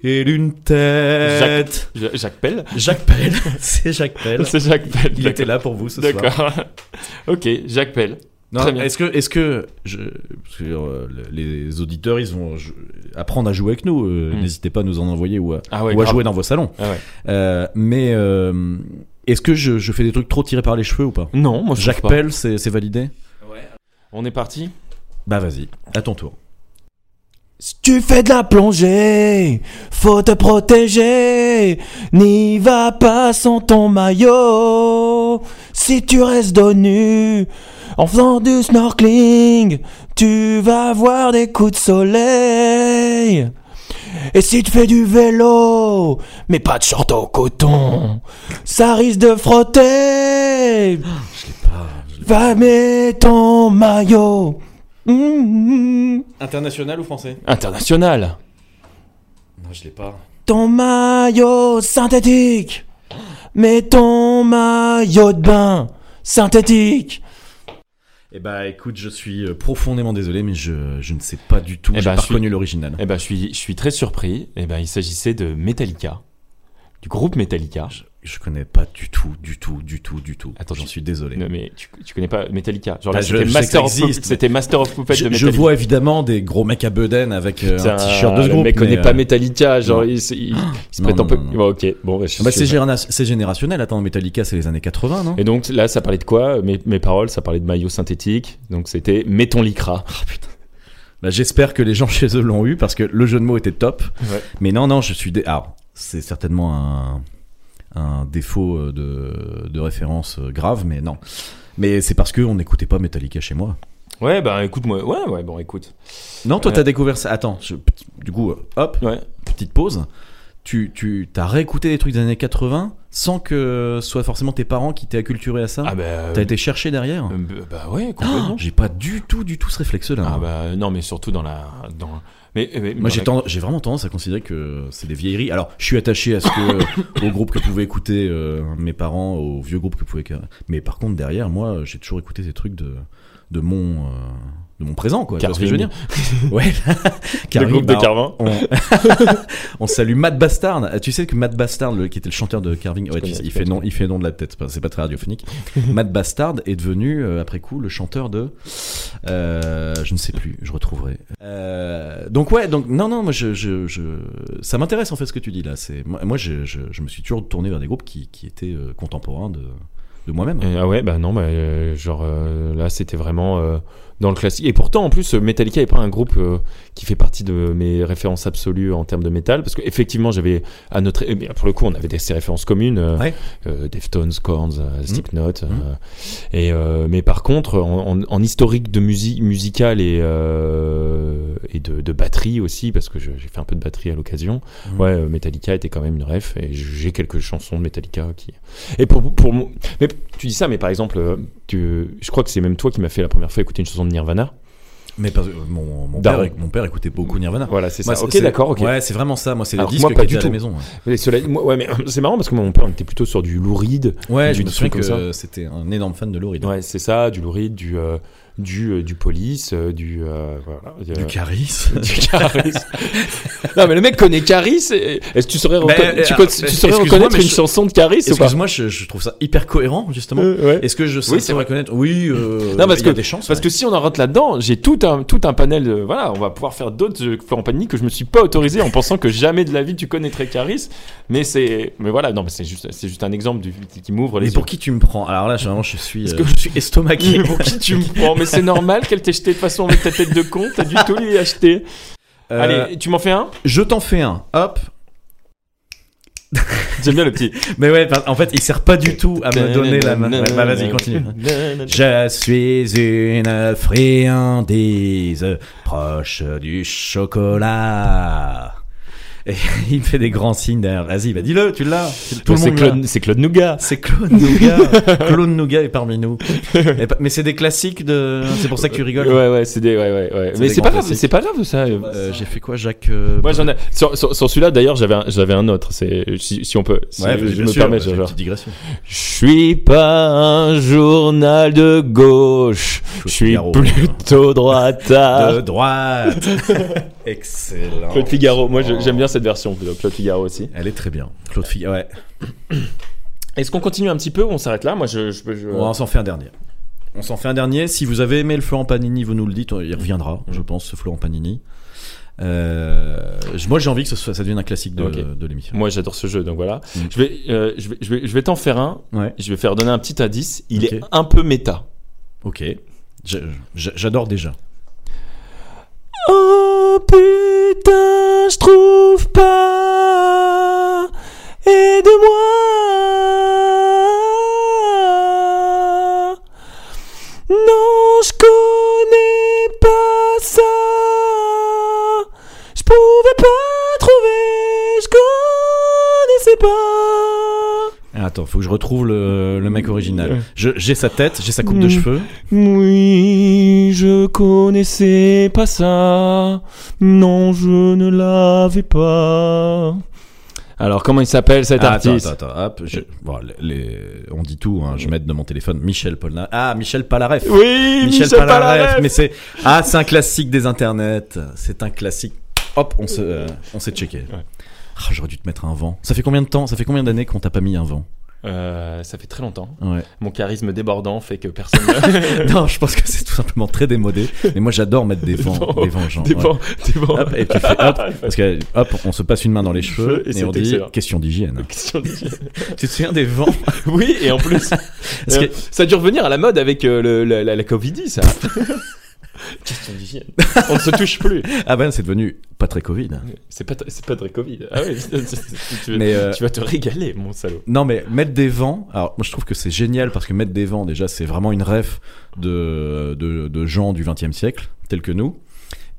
G: et d'une tête.
H: Ja- Jacques Pell
G: Jacques Pell, [LAUGHS] c'est Jacques Pell.
H: [LAUGHS] C'est Jacques Pell.
G: Il
H: d'accord.
G: était là pour vous ce soir.
H: D'accord. [LAUGHS] ok, Jacques Pell.
G: Non,
H: Très bien.
G: Est-ce que, est-ce que, je, parce que, euh, le- les auditeurs, ils vont je- apprendre à jouer avec nous. euh,
H: Mm.
G: N'hésitez pas à nous en envoyer ou à,
H: Ah ouais,
G: ou à
H: grave.
G: jouer dans vos salons.
H: Ah ouais.
G: Euh, mais euh, est-ce que je, je fais des trucs trop tirés par les cheveux ou pas
H: Non, moi Oh, je
G: Jacques
H: trouve pas.
G: Pell, c'est c'est validé
H: On est parti
G: Bah vas-y, à ton tour.
F: Si tu fais de la plongée, faut te protéger. N'y va pas sans ton maillot. Si tu restes dos nu, en faisant du snorkeling, tu vas voir des coups de soleil. Et si tu fais du vélo, mais pas de short au coton, ça risque de frotter. Va mettre ton maillot. Mmh, Mhm.
G: International ou français
H: International
G: Non, je l'ai pas.
F: Ton maillot synthétique. Mais ton maillot de bain synthétique.
G: Eh bah écoute, je suis euh, profondément désolé, mais je, je ne sais pas du tout.
H: Eh
G: J'ai
H: bah,
G: pas
H: je suis-
G: reconnu l'original.
H: Eh ben, je suis, je suis très surpris. Eh ben, il s'agissait de Metallica. Du groupe Metallica.
G: Je, je connais pas du tout, du tout, du tout, du tout.
H: Attends,
G: j'en
H: tu-
G: suis désolé.
H: Non, mais tu, tu connais pas Metallica. Genre
G: Bah,
H: là,
G: je-
H: c'était
G: je sais
H: Master,
G: que
H: of
G: ça
H: Puppets-
G: existe, mais-
H: c'était Master of Puppets
G: Je,
H: de
G: je
H: Metallica.
G: vois évidemment des gros mecs à bedaine avec euh, un
H: Putain,
G: t-shirt de ce
H: le
G: groupe.
H: mec connaît
G: mais,
H: pas
G: euh,
H: Metallica, genre
G: non.
H: il, se- il- il se
G: Non,
H: prétend
G: non,
H: peu.
G: non, non.
H: Bon, ok, bon, bah, je suis
G: bah, c'est,
H: sûr.
G: généra- c'est générationnel. Attends, Metallica, c'est les années 80, non
H: Et donc là, ça parlait de quoi mes, mes paroles, ça parlait de maillot synthétique. Donc c'était mettons l'icra.
G: Bah, J'espère que les gens [LAUGHS] chez eux l'ont eu parce que le jeu de mots était top.
H: Ouais.
G: Mais non, non, je suis. Dé... Alors, c'est certainement un, un défaut euh, de, de référence euh, grave, mais non. Mais c'est parce qu'on n'écoutait pas Metallica chez moi.
H: Ouais, bah écoute-moi. Ouais, ouais, bon, écoute.
G: Non, toi,
H: Ouais.
G: t'as découvert ça. Attends, je- du coup, euh, hop,
H: Ouais.
G: petite pause. Tu, tu t'as réécouté des trucs des années 80 sans que ce soit forcément tes parents qui t'aient acculturé à ça
H: Ah bah. euh,
G: T'as été chercher derrière
H: euh, bah, bah ouais, complètement.
G: [GASPS] J'ai pas du tout, du tout ce réflexe-là.
H: Ah bah non, mais surtout dans la. Dans... Mais, mais- dans
G: Moi, j'ai,
H: la-
G: tend- j'ai vraiment tendance à considérer que c'est des vieilleries. Alors, je suis attaché à ce que,
H: [LAUGHS]
G: au groupe que pouvaient écouter euh, mes parents, aux vieux groupes que pouvaient. Mais par contre, derrière, moi, j'ai toujours écouté des trucs de, de mon, euh, de mon présent, quoi. Tu vois ce que je veux
H: Carvin.
G: dire Ouais. [LAUGHS]
H: Le
G: Carvin,
H: groupe
G: bah,
H: de Carvin.
G: on, on salue Matt Bastard. Ah, Tu sais que Matt Bastard, le- qui était le chanteur de Carving, ouais, tu
H: connais,
G: sais,
H: je
G: il fait
H: connais.
G: non, il fait non de la tête. c'est pas- C'est pas très radiophonique.
H: [LAUGHS]
G: Matt Bastard est devenu euh, après coup le chanteur de, euh, je ne sais plus, je retrouverai. Euh, donc ouais, donc non, non, moi je, je, je ça m'intéresse en fait ce que tu dis là. C'est moi, moi, je, je, je me suis toujours tourné vers des groupes qui, qui étaient euh, contemporains de, de moi-même.
H: Mm. Euh, ah ouais, bah non, bah euh, genre euh, là, c'était vraiment euh, dans le classique. Et pourtant, en plus, Metallica n'est pas un groupe euh, qui fait partie de mes références absolues en termes de métal, parce qu'effectivement, j'avais à notre eh bien, pour le coup, on avait des, ces références communes, euh,
G: Ouais.
H: euh, Deftones, Korns, euh, Slipknot, euh, et euh, mais par contre, en, en- en historique de musique musicale et euh, et de, de batterie aussi, parce que je- j'ai fait un peu de batterie à l'occasion.
G: Mhm.
H: Ouais, euh, Metallica était quand même une ref, et j'ai quelques chansons de Metallica qui. Et pour pour mon- mais tu dis ça, mais par exemple, euh, tu, je crois que c'est même toi qui m'as fait la première fois écouter une chanson de Nirvana.
G: Mais parce que mon, mon père,
H: Daron.
G: mon père écoutait beaucoup Nirvana.
H: Voilà, c'est ça.
G: Ah. Moi,
H: ok,
G: c'est-
H: d'accord, ok.
G: Ouais, c'est vraiment ça. Moi, c'est les
H: Alors que
G: disques
H: moi, pas
G: qui
H: du
G: étaient à la maison.
H: tout.
G: ouais.
H: Mais cela dit, moi- ouais, mais euh, c'est marrant parce que moi, mon père, on était plutôt sur du louride.
G: Ouais, je
H: Du
G: me
H: truc
G: souviens
H: comme
G: que c'était un énorme fan de Laurie.
H: Ouais, c'est ça, du louride, du, euh, du, euh, du police, euh, du. euh, voilà, euh, [LAUGHS]
G: Du [LAUGHS] Caris.
H: du Caris. [LAUGHS] non, mais le mec connaît Caris. et- Est-ce que tu saurais, reconna-
G: euh,
H: tu,
G: euh,
H: co- tu saurais
G: excuse-moi,
H: reconnaître
G: mais
H: une
G: je-
H: chanson de Caris ou pas
G: Excuse-moi, je, je trouve ça hyper cohérent, justement.
H: Euh, ouais.
G: Est-ce que je sais
H: Oui, c'est vrai.
G: reconnaître Oui, euh,
H: Non, parce
G: il y a
H: que-
G: des chances.
H: Parce
G: ouais.
H: que si on en rentre là-dedans, j'ai tout un, tout un panel. De, voilà, on va pouvoir faire d'autres jeux Florent Pagny que je me suis pas autorisé en pensant que jamais de la vie tu connaîtrais Caris. Mais c'est. Mais voilà, non, mais c'est juste, c'est juste un exemple du, qui m'ouvre les
G: Mais
H: yeux.
G: pour qui tu me prends Alors là, je- vraiment, je suis,
H: Parce
G: euh,
H: que-
G: je suis estomaqué.
H: Mais [LAUGHS] pour qui tu me prends Mais c'est normal qu'elle t'ait jeté de façon avec ta tête de con, t'as dû tout lui acheter.
G: [LAUGHS] Euh,
H: Allez, tu m'en fais un
G: je t'en fais un. Hop.
H: [LAUGHS] J'aime bien le petit.
G: Mais ouais, par- en fait, il sert pas du tout à me donner la main. Ouais, bah, vas-y, continue. Je suis une friandise proche du chocolat. Et [LAUGHS] il me fait des grands signes derrière. Vas-y, bah dis-le, tu l'as. Tout le
H: C'est
G: monde l'a.
H: Claude, c'est Claude Nougat.
G: C'est Claude
H: [LAUGHS]
G: Nougat. Claude Nougat est parmi nous. Mais pas- Mais c'est des classiques de. C'est pour ça que tu rigoles.
H: Ouais, ouais, c'est des. Ouais, ouais, ouais.
G: C'est
H: Mais
G: des
H: c'est pas,
G: grands
H: grave,
G: classiques.
H: c'est pas grave ça.
G: Euh, J'ai fait quoi, Jacques euh,
H: Moi j'en ai. Sur, sur- sur celui-là d'ailleurs, j'avais un, j'avais un autre. C'est, si, si on peut. Si
G: Ouais,
H: je
G: bien
H: me
G: sûr,
H: permets,
G: bah, c'est une
H: genre.
G: petite digression.
H: Je suis pas un journal de gauche. Je suis
G: Figaro.
H: plutôt
G: De [LAUGHS]
H: droitard.
G: droite. Excellent.
H: Claude Figaro. Moi je- j'aime bien cette version. Claude Figaro aussi.
G: Elle est très bien. Claude Figaro. Ouais.
H: Est-ce qu'on continue un petit peu ou on s'arrête là Moi, je. je, je-
G: On s'en fait un dernier. On s'en fait un dernier. Si vous avez aimé le Florent Panini, vous nous le dites. Il reviendra,
H: Mm.
G: je pense, ce Florent Panini. Euh, je- moi, j'ai envie que ce soit, ça devienne un classique de,
H: Ok.
G: de l'émission.
H: Moi, j'adore ce jeu, donc voilà.
G: Mm.
H: Je vais, euh, je vais, je vais, je vais t'en faire un.
G: Ouais.
H: Je vais faire donner un petit indice. Il
G: Ok.
H: est un peu méta.
G: Ok. Je- je- J'adore déjà.
F: Oh putain, je trouve pas. Aide-moi. Non, je connais pas ça. Je pouvais pas trouver, je connaissais pas.
G: Ah, Attends, faut que je retrouve le, le mec original. Je- J'ai sa tête, j'ai sa coupe de
F: Mm.
G: cheveux.
F: Oui, je connaissais pas ça. Non, je ne l'avais pas.
H: Alors, comment il s'appelle cet
G: Ah, attends,
H: artiste
G: attends, attends, hop. je- bon, les- les- on dit tout, hein, je mets de mon téléphone. Michel Polnareff. Ah, Michel Polnareff.
H: Oui,
G: Michel,
H: Michel
G: Polnareff,
H: Polnareff.
G: mais c'est ah c'est un classique des internets, c'est un classique. Hop, on se euh, on s'est checké. Ah, J'aurais dû te mettre un vent. Ça fait combien de temps Ça fait combien d'années qu'on t'a pas mis un vent
H: Euh, ça fait très longtemps.
G: Ouais. [LAUGHS]
H: Mon charisme débordant fait que personne. [LAUGHS]
G: non, je pense que c'est tout simplement très démodé. Mais moi, j'adore mettre des vents,
H: vents.
G: des vents, genre.
H: Des
G: ouais.
H: vents, des vents.
G: Hop, et tu fais hop, parce que hop, on se passe une main dans les cheveux
H: Et
G: et,
H: c'est
G: on dit
H: excellent.
G: question d'hygiène.
H: [LAUGHS] Question de-
G: Tu te souviens des vents
H: Ah, oui, et en [LAUGHS] plus,
G: Parce
H: euh,
G: que-
H: ça a dû revenir à la mode avec euh, le- la, la, la Covid, ça. [LAUGHS] Question d'hygiène. [LAUGHS] On ne se touche plus.
G: Ah ben, c'est devenu pas très Covid.
H: C'est pas, c'est pas très Covid. Ah oui, [LAUGHS] tu, vas-
G: Mais euh,
H: tu vas te régaler, mon salaud.
G: Non mais mettre des vents, alors moi je trouve que c'est génial parce que mettre des vents déjà c'est vraiment une ref de, de, de gens du 20 siècle tels que nous.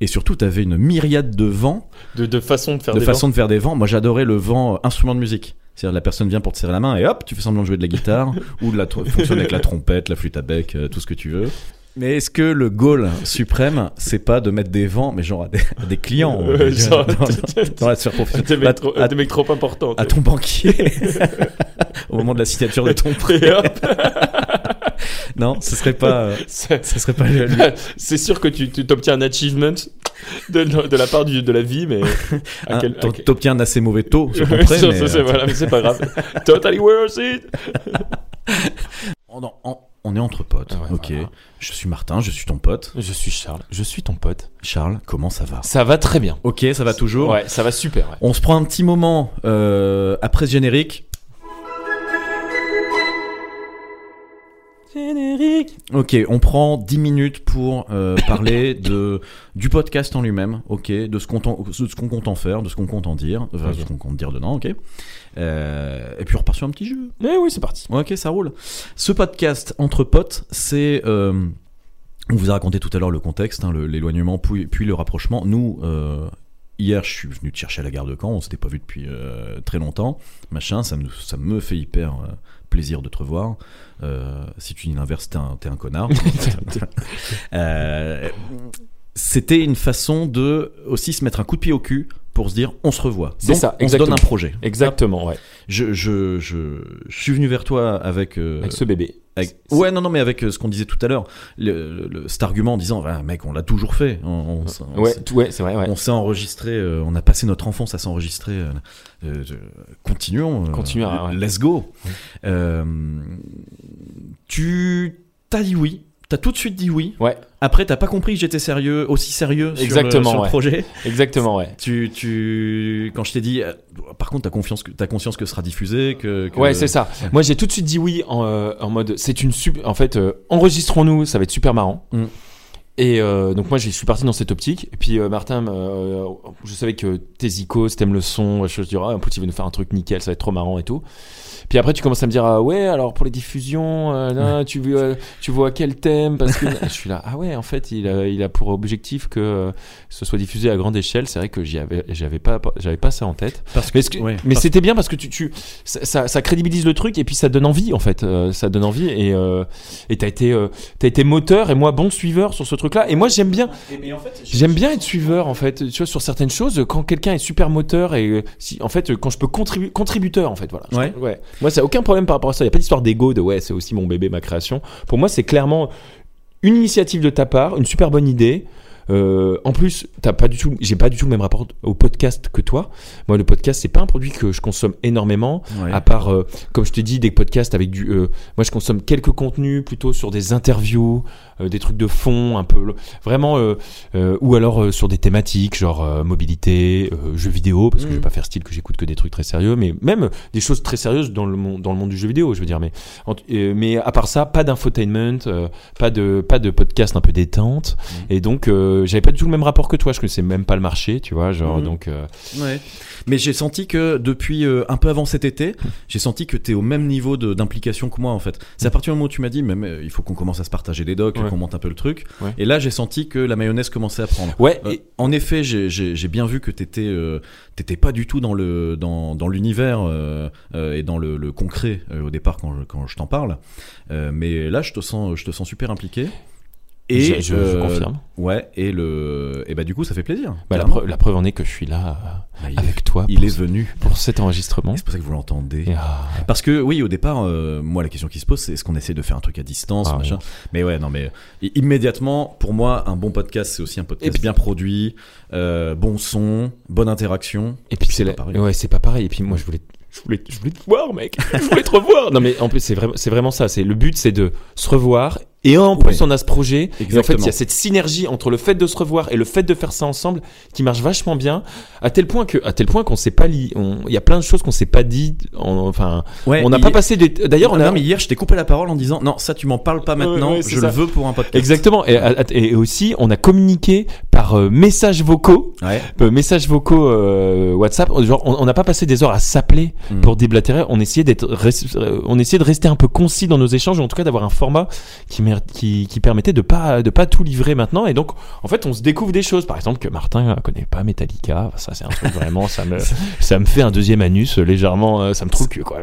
G: Et surtout t'avais une myriade de vents,
H: De, de façon de faire
G: de
H: des
G: façon de faire des vents. Moi j'adorais le vent euh, instrument de musique. C'est-à-dire la personne vient pour te serrer la main et hop tu fais semblant de jouer de la
H: [LAUGHS]
G: guitare ou de la tr- fonctionne avec la trompette, la flûte à bec, euh, tout ce que tu veux. Mais est-ce que le goal suprême, c'est pas de mettre des vents, mais genre à des, à des clients
H: [LAUGHS] Ouais,
G: euh, [LAUGHS]
H: genre,
G: dans, dans la sphère
H: vents. [LAUGHS]
G: professionnelle
H: Des
G: Bah,
H: mecs, trop, euh,
G: à-
H: des mecs trop importants.
G: à ton banquier [LAUGHS] au moment de la signature de ton prêt.
H: [LAUGHS] Et hop,
G: Non, ce serait pas, euh, [LAUGHS]
H: ça-
G: ce serait pas le- le-
H: C'est sûr que tu tu- t'obtiens un achievement de, de la part du, de la vie,
G: [LAUGHS]
H: mais à
G: hein,
H: quel- à
G: t'en-
H: [LAUGHS] quel-
G: T'obtiens un assez mauvais taux sur ton
H: Oui,
G: prêt,
H: ça,
G: mais,
H: ça, c'est-
G: euh,
H: voilà, mais c'est pas
G: [LAUGHS]
H: grave. totally worth it.
G: on, en- on- on est entre potes.
H: Ouais,
G: ok.
H: voilà.
G: Je suis Martin, je suis ton pote.
H: Je suis Charles, je suis ton pote.
G: Charles, comment ça va
H: Ça va très bien.
G: Ok, ça va toujours.
H: Ouais, ça va super. ouais.
G: On se prend un petit moment euh, après ce générique.
F: Générique.
G: Ok, on prend 10 minutes pour euh,
H: [COUGHS]
G: parler de, du podcast en lui-même, ok, de ce qu'on t'en- de ce qu'on compte en faire, de ce qu'on compte en dire, enfin, de ce qu'on compte dire dedans, ok. Euh, et puis on repart sur un petit jeu.
F: Eh oui, c'est parti.
G: Ok, ça roule. Ce podcast entre potes, c'est. euh, on vous a raconté tout à l'heure le contexte, hein, le- l'éloignement puis, puis le rapprochement. Nous, euh, hier, je suis venu te chercher à la gare de Caen, on s'était pas vu depuis euh, très longtemps, machin, ça me, ça me fait hyper. euh, plaisir de te revoir. Euh, si tu dis l'inverse, t'es un, t'es un
H: [LAUGHS]
G: connard. Euh, c'était une façon de aussi se mettre un coup de pied au cul pour se dire on se revoit.
H: C'est
G: Donc,
H: ça,
G: on se donne
H: exactement.
G: un projet.
H: Exactement, ouais.
G: Je, je, je, je suis venu vers toi avec, euh,
H: Avec ce bébé.
G: avec- ouais, non, non, mais avec euh, ce qu'on disait tout à l'heure, le, le- cet argument en disant, Ah, mec, on l'a toujours fait. On, on s'est- on
H: Ouais,
G: s'est-
H: tout- ouais, c'est vrai, ouais.
G: on s'est enregistré, euh, on a passé notre enfance à s'enregistrer. euh, euh, euh, continuons. euh,
H: Continuons, ouais.
G: Let's go. Euh, tu t'as dit oui. T'as tout de suite dit oui.
H: Ouais.
G: Après, t'as pas compris que j'étais sérieux, aussi sérieux sur le-
H: Exactement,
G: sur le
H: ouais.
G: projet.
H: Exactement, ouais.
G: Tu, tu, quand je t'ai dit, euh, par contre, t'as confiance que t'as conscience que ce sera diffusé, que, que-
H: Ouais, c'est ça. Moi, j'ai tout de suite dit oui en, euh, en mode c'est une sup- En fait, euh, enregistrons-nous, ça va être super marrant.
G: Mm.
H: Et euh, donc, moi, je suis parti dans cette optique. Et puis, euh, Martin, euh, je savais que tes icônes, t'aimes le son. Je te dirais, ah, en plus, il va nous faire un truc nickel, ça va être trop marrant et tout. Puis après, tu commences à me dire, ah ouais, alors pour les diffusions, euh, là, tu, vois- tu vois quel thème parce que... [LAUGHS] Je suis là, ah ouais, en fait, il a, il a pour objectif que euh, ce soit diffusé à grande échelle. C'est vrai que j'y avais, j'avais pas, j'avais pas ça en tête.
G: Parce
H: Mais, est-ce que-
G: ouais,
H: mais
G: parce-
H: c'était bien parce que tu, tu ça, ça, ça crédibilise le truc et puis ça donne envie en fait, Euh, ça donne envie et euh, et t'as été euh, t'as été moteur et moi bon suiveur sur ce truc-là et moi j'aime bien j'aime bien être suiveur en fait, tu vois sur certaines choses quand quelqu'un est super moteur et euh, si en fait euh, quand je peux contribuer contributeur en fait voilà. Je-
G: Ouais.
H: Moi ça a aucun problème par rapport à ça, il y a pas d'histoire d'ego de ouais, c'est aussi mon bébé ma création. Pour moi c'est clairement une initiative de ta part, une super bonne idée. Euh, en plus, t'as pas du tout, j'ai pas du tout le même rapport au podcast que toi. Moi, le podcast, c'est pas un produit que je consomme énormément.
G: ouais.
H: À part, euh, comme je te dis, des podcasts avec du. euh, moi, je consomme quelques contenus plutôt sur des interviews, euh, des trucs de fond, un peu. Vraiment. euh, euh, ou alors euh, sur des thématiques, genre euh, mobilité, euh, jeux vidéo, parce que je
G: Mm.
H: vais pas faire style que j'écoute que des trucs très sérieux, mais même des choses très sérieuses dans le, monde- dans le monde du jeu vidéo, je veux dire. Mais, en t- euh, mais à part ça, pas d'infotainment, euh, pas, de, pas de podcast un peu détente.
G: Mm.
H: Et donc, euh, j'avais pas du tout le même rapport que toi. Je connaissais même pas le marché, tu vois. Genre,
G: Mhm.
H: donc. euh,
G: Ouais. Mais j'ai senti que depuis euh, un peu avant cet
H: [LAUGHS]
G: été, j'ai senti que t'es au même niveau de- d'implication que moi en fait. C'est à partir du moment où tu m'as dit, mais, mais, il faut qu'on commence à se partager des docs,
H: Ouais.
G: qu'on monte un peu le truc.
H: Ouais.
G: Et là, j'ai senti que la mayonnaise commençait à prendre.
H: Ouais,
G: Euh,
H: et-
G: en effet, j'ai- j'ai j'ai bien vu que t'étais euh, t'étais pas du tout dans le dans, dans l'univers euh, euh, et dans le, le concret euh, au départ quand je, quand je t'en parle. Euh, mais là, je te sens je te sens super impliqué. Et
H: je- je- je
G: euh,
H: confirme.
G: Ouais, et le et bah du coup, ça fait plaisir.
H: Bah, la,
G: Clairement.
H: preuve, la preuve en est que je suis là
G: Bah,
H: euh,
G: il-
H: avec toi
G: il
H: pour,
G: est venu.
H: pour cet enregistrement.
G: Et C'est pour ça que vous l'entendez.
H: Et, ah,
G: Parce que oui, au départ, euh, moi, la question qui se pose, c'est est-ce qu'on essaie de faire un truc à distance,
H: Ah,
G: machin. Mais ouais, non, mais i- immédiatement, pour moi, un bon podcast, c'est aussi un podcast
H: Et puis-
G: bien produit, euh, bon son, bonne interaction.
H: et puis c'est
G: pas
H: la-
G: pareil.
H: ouais, c'est pas pareil. Et puis moi, je voulais, je voulais, je voulais te voir, mec. [LAUGHS] Je voulais te revoir. Non, mais en plus, c'est vraiment, c'est vraiment ça. C'est le but, c'est de se revoir. Et en plus,
G: Ouais.
H: on a ce projet. Et en fait,
G: Exactement.
H: il y a cette synergie entre le fait de se revoir et le fait de faire ça ensemble qui marche vachement bien. À tel point que, à tel point qu'on s'est pas li, on- il y a plein de choses qu'on s'est pas dit. en- enfin,
G: Ouais,
H: on n'a
G: hi-
H: pas passé. des- D'ailleurs, on
G: Ah
H: a,
G: Non, mais hier, je t'ai coupé la parole en disant non, ça, tu m'en parles pas
H: Ouais,
G: maintenant.
H: ouais, c'est
G: je
H: ça.
G: le veux pour un podcast.
H: Exactement. Et, à- à- et aussi, on a communiqué par euh, messages vocaux,
G: Ouais.
H: euh, messages vocaux euh, WhatsApp. Genre, on on n'a pas passé des heures à s'appeler
G: Mm.
H: pour déblatérer. On essayait d'être, res- euh, on essayait de rester un peu concis dans nos échanges, ou en tout cas d'avoir un format qui, mer- qui, qui permettait de pas de pas tout livrer maintenant. Et donc, en fait, on se découvre des choses. Par exemple, que Martin euh, connaît pas Metallica. Ça, c'est un truc vraiment.
G: [LAUGHS]
H: Ça me ça me fait un deuxième anus euh, légèrement. euh, Ça me trouve le cul, quoi.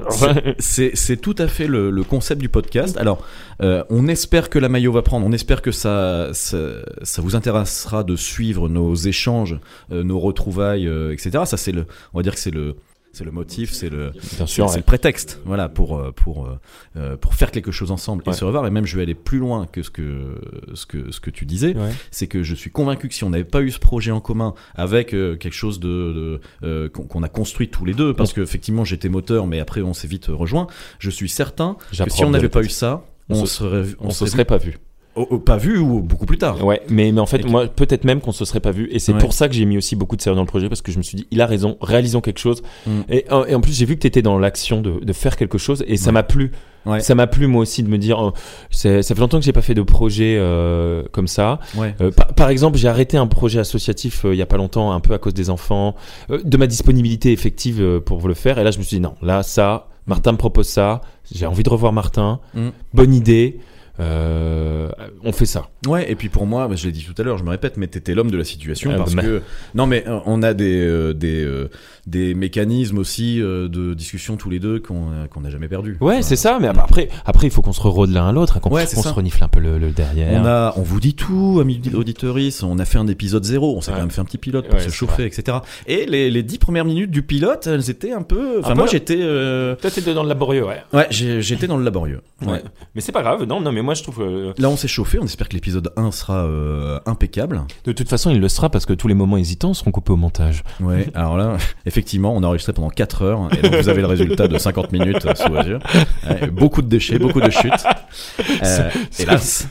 G: C'est c'est tout à fait le, le concept du podcast. Alors, euh, on espère que la maillot va prendre, on espère que ça, ça, ça vous intéressera de suivre nos échanges, euh, nos retrouvailles, euh, etc. Ça, c'est le, on va dire que c'est le, c'est le motif, c'est le,
H: Bien
G: c'est
H: sûr.
G: c'est
H: ouais.
G: le prétexte, voilà, pour euh, pour euh, euh, pour faire quelque chose ensemble
H: Ouais.
G: et se revoir. Et même, je vais aller plus loin que ce que ce que ce que tu disais
H: Ouais.
G: c'est que je suis convaincu que si on n'avait pas eu ce projet en commun avec euh, quelque chose de, de, euh, qu'on qu'on a construit tous les deux, parce que effectivement j'étais moteur, mais après on s'est vite euh, rejoints, je suis certain que
H: J'apprends
G: si on
H: de
G: n'avait
H: le
G: pas
H: fait.
G: eu ça,
H: On
G: on,
H: se-
G: serait,
H: On se
G: serait-
H: serait pas vu.
G: Oh, oh, pas vu ou beaucoup plus tard.
H: Ouais, mais, mais en fait,
G: Et que-
H: moi, peut-être même qu'on se serait pas vu. Et c'est
G: Ouais.
H: pour ça que j'ai mis aussi beaucoup de sérieux dans le projet, parce que je me suis dit, il a raison, réalisons quelque chose.
G: Mm.
H: Et, euh, et en plus, j'ai vu que tu étais dans l'action de, de faire quelque chose, et ça
G: Ouais.
H: m'a plu.
G: Ouais.
H: Ça m'a plu, moi aussi, de me dire, euh, c'est- ça fait longtemps que j'ai pas fait de projet euh, comme ça.
G: Ouais.
H: Euh, par, par exemple, j'ai arrêté un projet associatif euh, il y a pas longtemps, un peu à cause des enfants, euh, de ma disponibilité effective euh, pour le faire. Et là, je me suis dit, non, là, ça, Martin me propose ça, j'ai envie de revoir Martin,
G: Mm.
H: bonne idée, euh, on fait ça.
G: Ouais, et puis pour moi, bah, je l'ai dit tout à l'heure, je me répète, mais t'étais l'homme de la situation
H: Ah,
G: parce
H: bah,
G: que non, mais euh, on a des euh, des euh, des mécanismes aussi euh, de discussion tous les deux qu'on euh, qu'on n'a jamais perdu.
H: Ouais, c'est ça, mais bah, après, après il faut qu'on se rôde l'un à l'autre, hein, qu'on
G: Ouais, c'est
H: qu'on
G: ça.
H: se renifle un peu le, le derrière.
G: On a, on vous dit tout, amis auditeuris. On a fait un épisode zéro. On s'est
H: Ouais.
G: quand même fait un petit pilote pour
H: Ouais,
G: se
H: c'est
G: chauffer, etc. Et les, les dix premières minutes du pilote, elles étaient un peu. Enfin,
H: Un
G: moi,
H: peu.
G: j'étais. euh,
H: Toi, t'es dedans le laborieux, ouais.
G: Ouais, j'ai- j'étais dans le laborieux. Ouais.
H: Ouais. Mais c'est pas grave, non, non, mais moi je trouve. euh,
G: Là, on s'est chauffé. On espère que l'épisode 1 sera euh, impeccable.
H: de toute façon, il le sera parce que tous les moments hésitants seront coupés au montage.
G: Ouais, alors là, effectivement, on a enregistré pendant 4 heures et donc vous avez le résultat de 50 minutes euh, sous Azure. Ouais, beaucoup de déchets, beaucoup de chutes. Euh, hélas.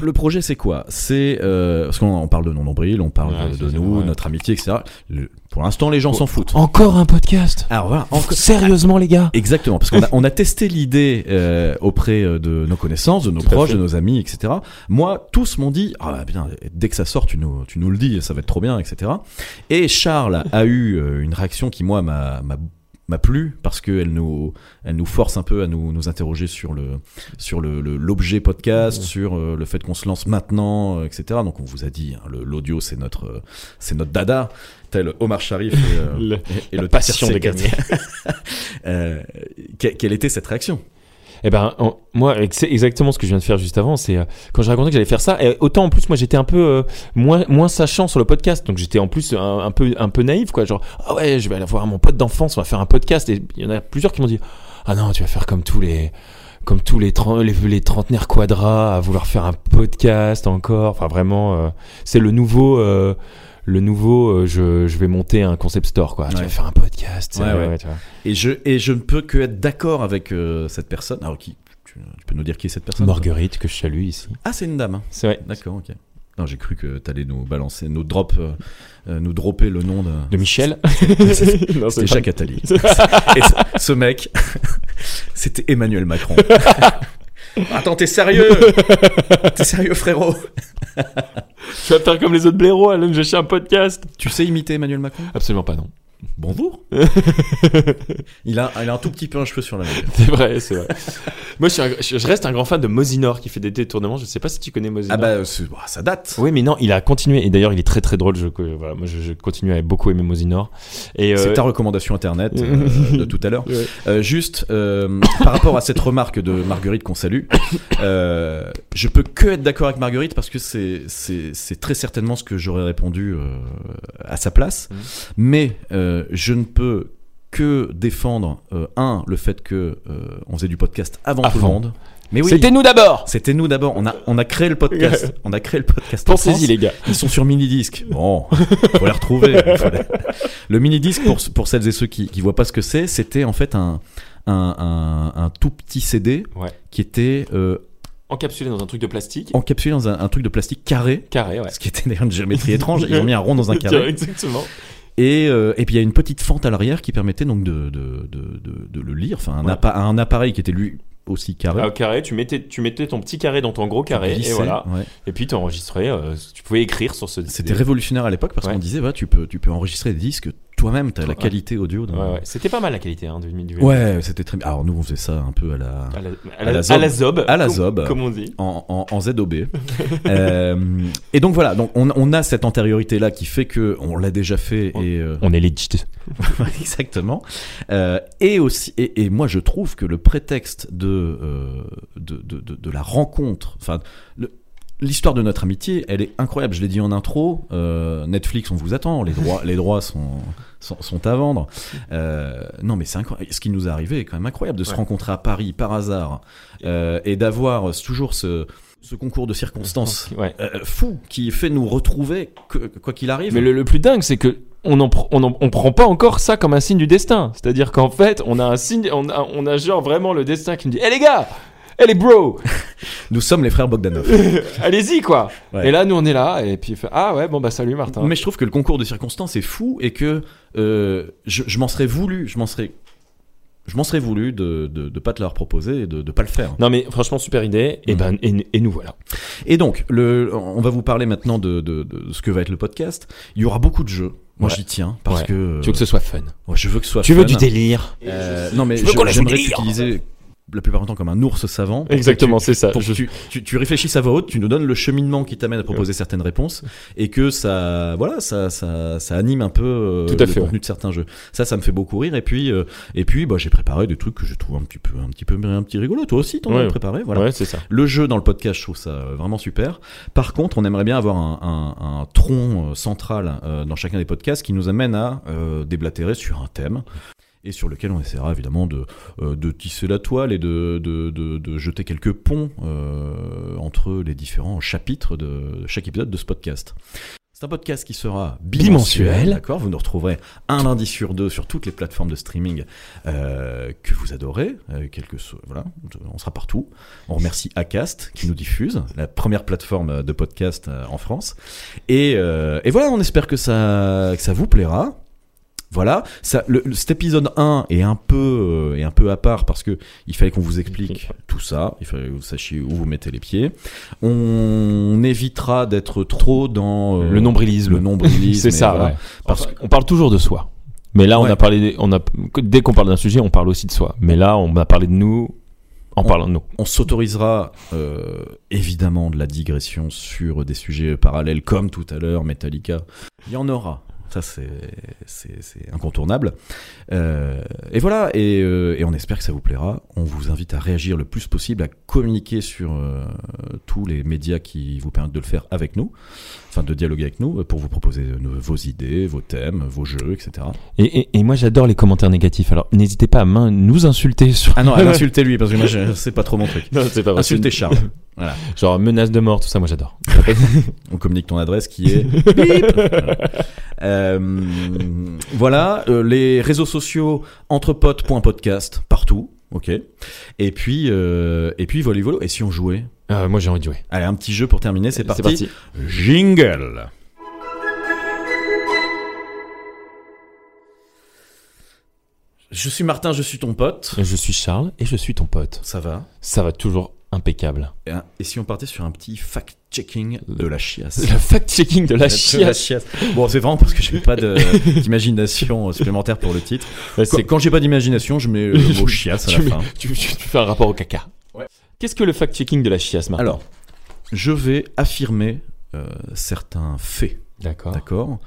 G: Le projet, c'est quoi C'est. euh, parce qu'on on parle de nos nombrils, on parle
H: Ouais,
G: de- de,
H: c'est-
G: nous,
H: ouais.
G: notre amitié, etc. Le- pour l'instant, les gens s'en foutent.
F: Encore un podcast
G: Alors voilà, encore.
F: Sérieusement, les gars
G: Exactement, parce qu'on
H: [LAUGHS]
G: a, on a testé l'idée euh, auprès euh, de nos connaissances, de nos
H: Tout à
G: proches,
H: fait.
G: de nos amis, etc. Moi, tous m'ont dit ah bah, bien, dès que ça sort, tu nous, tu nous le dis, ça va être trop bien, etc. Et Charles a eu euh, une réaction qui moi m'a m'a- m'a plu parce qu'elle nous, elle nous force un peu à nous, nous interroger sur le sur le le- l'objet podcast, sur euh, le fait qu'on se lance maintenant, euh, etc. Donc on vous a dit hein, le- l'audio c'est notre euh, c'est notre dada, tel Omar Sharif
H: [LAUGHS]
G: et, euh,
H: Le-
G: et, et
H: la
G: le
H: passion
G: tir
H: de
G: C4.
H: gagner.
G: [LAUGHS] Euh, que- quelle était cette réaction
H: Eh ben, en- moi, c'est exactement ce que je viens de faire juste avant. C'est euh, quand je racontais que j'allais faire ça. Et autant en plus, moi, j'étais un peu euh, moins moins sachant sur le podcast, donc j'étais en plus un, un peu un peu naïf, quoi. Genre, ah ouais, je vais aller voir mon pote d'enfance, on va faire un podcast. Et il y en a plusieurs qui m'ont dit, ah non, tu vas faire comme tous les comme tous les, tren- les, les trentenaires quadras à vouloir faire un podcast encore. Enfin, vraiment, euh, c'est le nouveau. euh, le nouveau, euh, je, je vais monter un concept store, quoi. Tu
G: Ouais.
H: vas faire un podcast.
G: Ouais,
H: euh,
G: ouais.
H: tu vois.
G: et je, et je ne peux que être d'accord avec euh, cette personne. Alors, qui, tu, tu peux nous dire qui est cette personne
H: Marguerite, que je salue ici.
G: Ah, c'est une dame. hein.
H: C'est vrai.
G: D'accord, ok. Non, j'ai cru que t'allais nous balancer, nous drop, euh, euh, nous dropper le nom de.
H: De Michel. [LAUGHS] Non,
G: C'était
H: c'est
G: Jacques
H: pas-
G: Attali. [LAUGHS] Et ce, ce mec, c'était Emmanuel [LAUGHS] Macron. Attends, t'es sérieux T'es sérieux, frérot
H: Tu vas faire comme les autres blaireaux, Alan, j'ai un podcast.
G: Tu sais imiter Emmanuel Macron
H: Absolument pas, non. [LAUGHS]
G: Bonjour. il, a, il a un tout petit peu un cheveu sur la langue.
H: C'est vrai, c'est vrai. [LAUGHS] Moi, je, suis un- je- je reste un grand fan de Mosinor qui fait des détournements. Je sais pas si tu connais Mosinor.
G: Ah bah, c'est- bah, ça date.
H: Oui, mais non, il a continué. Et d'ailleurs, il est très très drôle. Je, euh, voilà, moi, je, je continue à beaucoup aimer Mosinor. Et, euh,
G: C'est ta recommandation
H: [LAUGHS]
G: internet euh, de tout à l'heure.
H: Ouais.
G: Euh, juste euh, par rapport à cette remarque de Marguerite qu'on salue, euh, je peux que être d'accord avec Marguerite parce que c'est c'est c'est très certainement ce que j'aurais répondu euh, à sa place,
H: Mhm.
G: mais euh, je ne peux que défendre euh, un le fait que euh, on faisait du podcast avant, tout le
H: Avant.
G: monde. Mais oui,
H: C'était nous d'abord
G: c'était nous d'abord. On a on a créé le podcast.
H: [LAUGHS]
G: on a créé le podcast. en France.
H: Pensez-y, les gars.
G: Ils sont sur mini disque. Bon, faut les
H: [LAUGHS]
G: retrouver. Faut les- Le mini disque pour pour celles et ceux qui qui voient pas ce que c'est, c'était en fait un un, un, un tout petit CD
H: Ouais.
G: qui était euh,
H: Encapsulé dans un truc de plastique.
G: encapsulé dans un, un truc de plastique carré,
H: Carré, ouais.
G: ce qui était d'ailleurs une géométrie étrange. Ils ont mis un rond dans un
H: [LAUGHS] Tiens,
G: carré.
H: Exactement.
G: Et euh, et puis il y a une petite fente à l'arrière qui permettait donc de de de, de, de le lire. Enfin un,
H: Ouais.
G: appa- un appareil qui était lui aussi carré.
H: Ah, au carré, tu mettais, tu mettais ton petit carré dans ton gros carré, et
G: Glissait,
H: voilà.
G: ouais.
H: Et puis t'enregistrais, euh, tu pouvais écrire sur ce.
G: C'était révolutionnaire à l'époque parce
H: Ouais.
G: qu'on disait bah tu peux tu peux enregistrer des disques toi-même, t'as la
H: Ouais.
G: qualité audio. d'un-
H: Ouais, ouais. C'était pas mal la qualité hein, du, du
G: Ouais, c'était très bien. Alors nous, on faisait ça un peu à la
H: À la,
G: À la zob.
H: à la zob.
G: À la
H: comme-
G: zob.
H: Comme, on dit.
G: en, en, en ZOB. Euh, et donc voilà, donc on, on a cette antériorité là qui fait que on l'a déjà fait et euh,
H: On est legit.
G: [LAUGHS] exactement. Euh, et aussi, et, et moi je trouve que le prétexte de euh, de, de, de, de la rencontre, enfin le- L'histoire de notre amitié, elle est incroyable. Je l'ai dit en intro. euh, Netflix, on vous attend. Les
H: [LAUGHS]
G: droits, les droits sont, sont, sont à vendre. Euh, non, mais c'est incroyable. Ce qui nous est arrivé est quand même incroyable de se
H: Ouais.
G: rencontrer à Paris par hasard euh, et d'avoir toujours ce, ce concours de circonstances
H: Ouais.
G: euh, fou qui fait nous retrouver que- quoi qu'il arrive.
H: Mais le, le plus dingue, c'est que on en, pr- on en- on prend pas encore ça comme un signe du destin. C'est-à-dire "Eh, qu'en fait, on a un signe, on a, on a genre vraiment le destin qui me dit, hé les gars, hé les bro,
G: Nous sommes les frères Bogdanov.
H: Allez-y, quoi.
G: Ouais.
H: Et là, nous, on est là. Et puis, il fait, ah ouais, bon, bah, salut, Martin.
G: Mais je trouve que le concours de circonstances est fou et que euh, je, je m'en serais voulu, je m'en serais, je m'en serais voulu de, de, de pas te leur proposer et de, de pas le faire.
H: Non, mais franchement, super idée. Et,
G: Mhm.
H: ben, et, et nous voilà.
G: Et donc, le, on va vous parler maintenant de, de, de ce que va être le podcast. Il y aura beaucoup de jeux. Moi,
H: Ouais.
G: j'y tiens parce
H: Ouais.
G: que, euh,
H: Tu veux que ce soit fun.
G: ouais, je veux que ce soit.
H: Tu veux
G: fun.
H: du délire.
G: Euh, non, mais
H: Je veux
G: je-
H: qu'on la joue
G: j'aimerais
H: délire.
G: t'utiliser la plupart du temps comme un ours savant.
H: Exactement, c'est ça.
G: Pour que
H: Je-
G: tu, tu, tu réfléchisses à voix haute, tu nous donnes le cheminement qui t'amène à proposer certaines réponses et que ça, voilà, ça, ça, ça anime un peu euh,
H: Tout
G: le
H: à fait,
G: contenu de certains jeux. Ça, ça me fait beaucoup rire. Et puis, euh, et puis, bah, j'ai préparé des trucs que je trouve un petit peu, un petit peu, un petit rigolo. Toi aussi, t'en
H: Ouais.
G: as préparé, voilà.
H: Ouais, c'est ça.
G: Le jeu dans le podcast, je trouve ça euh, vraiment super. Par contre, on aimerait bien avoir un, un- un tronc euh, central euh, dans chacun des podcasts qui nous amène à euh, déblatérer sur un thème et sur lequel on essaiera évidemment de, euh, de tisser la toile et de, de, de- de jeter quelques ponts euh, entre les différents chapitres de de chaque épisode de ce podcast. C'est un podcast qui sera bimensuel,
H: Bimensuel.
G: d'accord Vous nous retrouverez un lundi sur deux sur toutes les plateformes de streaming euh, que vous adorez, euh, quel que soit- voilà, on sera partout. On remercie Acast qui nous diffuse, la première plateforme de podcast euh, en France. Et, euh, et voilà, on espère que ça, que ça vous plaira. Voilà, ça, le- le- cet épisode 1 est un peu euh, est un peu à part parce que il fallait qu'on vous explique tout ça, il fallait que vous sachiez où vous mettez les pieds. On évitera d'être trop dans euh,
H: Le nombrilisme.
G: le nombrilisme,
H: [LAUGHS] C'est
G: et
H: ça,
G: voilà.
H: ouais.
G: Parce
H: Enfin, On parle toujours de soi. Mais là, on
G: Ouais.
H: a parlé. On a, dès qu'on parle d'un sujet, on parle aussi de soi. Mais là, on a parlé de nous en
G: On-
H: parlant de nous.
G: On s'autorisera euh, évidemment de la digression sur des sujets parallèles comme tout à l'heure, Metallica. Il y en aura. Ça, c'est c'est- c'est incontournable. Euh, et voilà, et, euh, et on espère que ça vous plaira. On vous invite à réagir le plus possible, à communiquer sur euh, tous les médias qui vous permettent de le faire avec nous, enfin de dialoguer avec nous, euh, pour vous proposer euh, nos- vos idées, vos thèmes, vos jeux, etc.
H: Et, et- et moi, j'adore les commentaires négatifs. Alors, n'hésitez pas à main- nous insulter sur.
G: Ah non, insultez-lui, parce que moi, je- c'est pas trop mon truc.
H: [LAUGHS] Non, Ah, c'est pas vrai.
G: Insultez Charles.
H: C'est- Genre menace de mort, tout ça, moi j'adore.
G: On communique ton adresse qui est. Bip Euh, voilà, euh, les réseaux sociaux entrepotes.podcast partout. Ok. Et puis, euh, et puis volley volo. Et si on jouait
H: Euh, moi j'ai envie de jouer.
G: Allez, un petit jeu pour terminer. C'est parti. Jingle. Je suis Martin, je suis ton pote.
H: Je suis Charles et je suis ton pote.
G: Ça va.
H: Ça va toujours impeccable.
G: Et, un- et si on partait sur un petit fact-checking de la chiasse
H: C'est le fact-checking de la chiasse.
G: Bon, c'est vraiment parce que j'ai pas
H: [LAUGHS]
G: de- d'imagination euh, supplémentaire pour le titre.
H: Ouais,
G: Quand,
H: c'est-
G: quand j'ai pas d'imagination, je
H: [LAUGHS]
G: mets le mot chiasse à
H: tu,
G: la fin.
H: tu- tu- tu fais un rapport au caca.
G: Ouais.
H: Qu'est-ce que le fact-checking de la chiasse, Martin
G: Alors, je vais affirmer euh, certains faits,
H: d'accord.
G: d'accord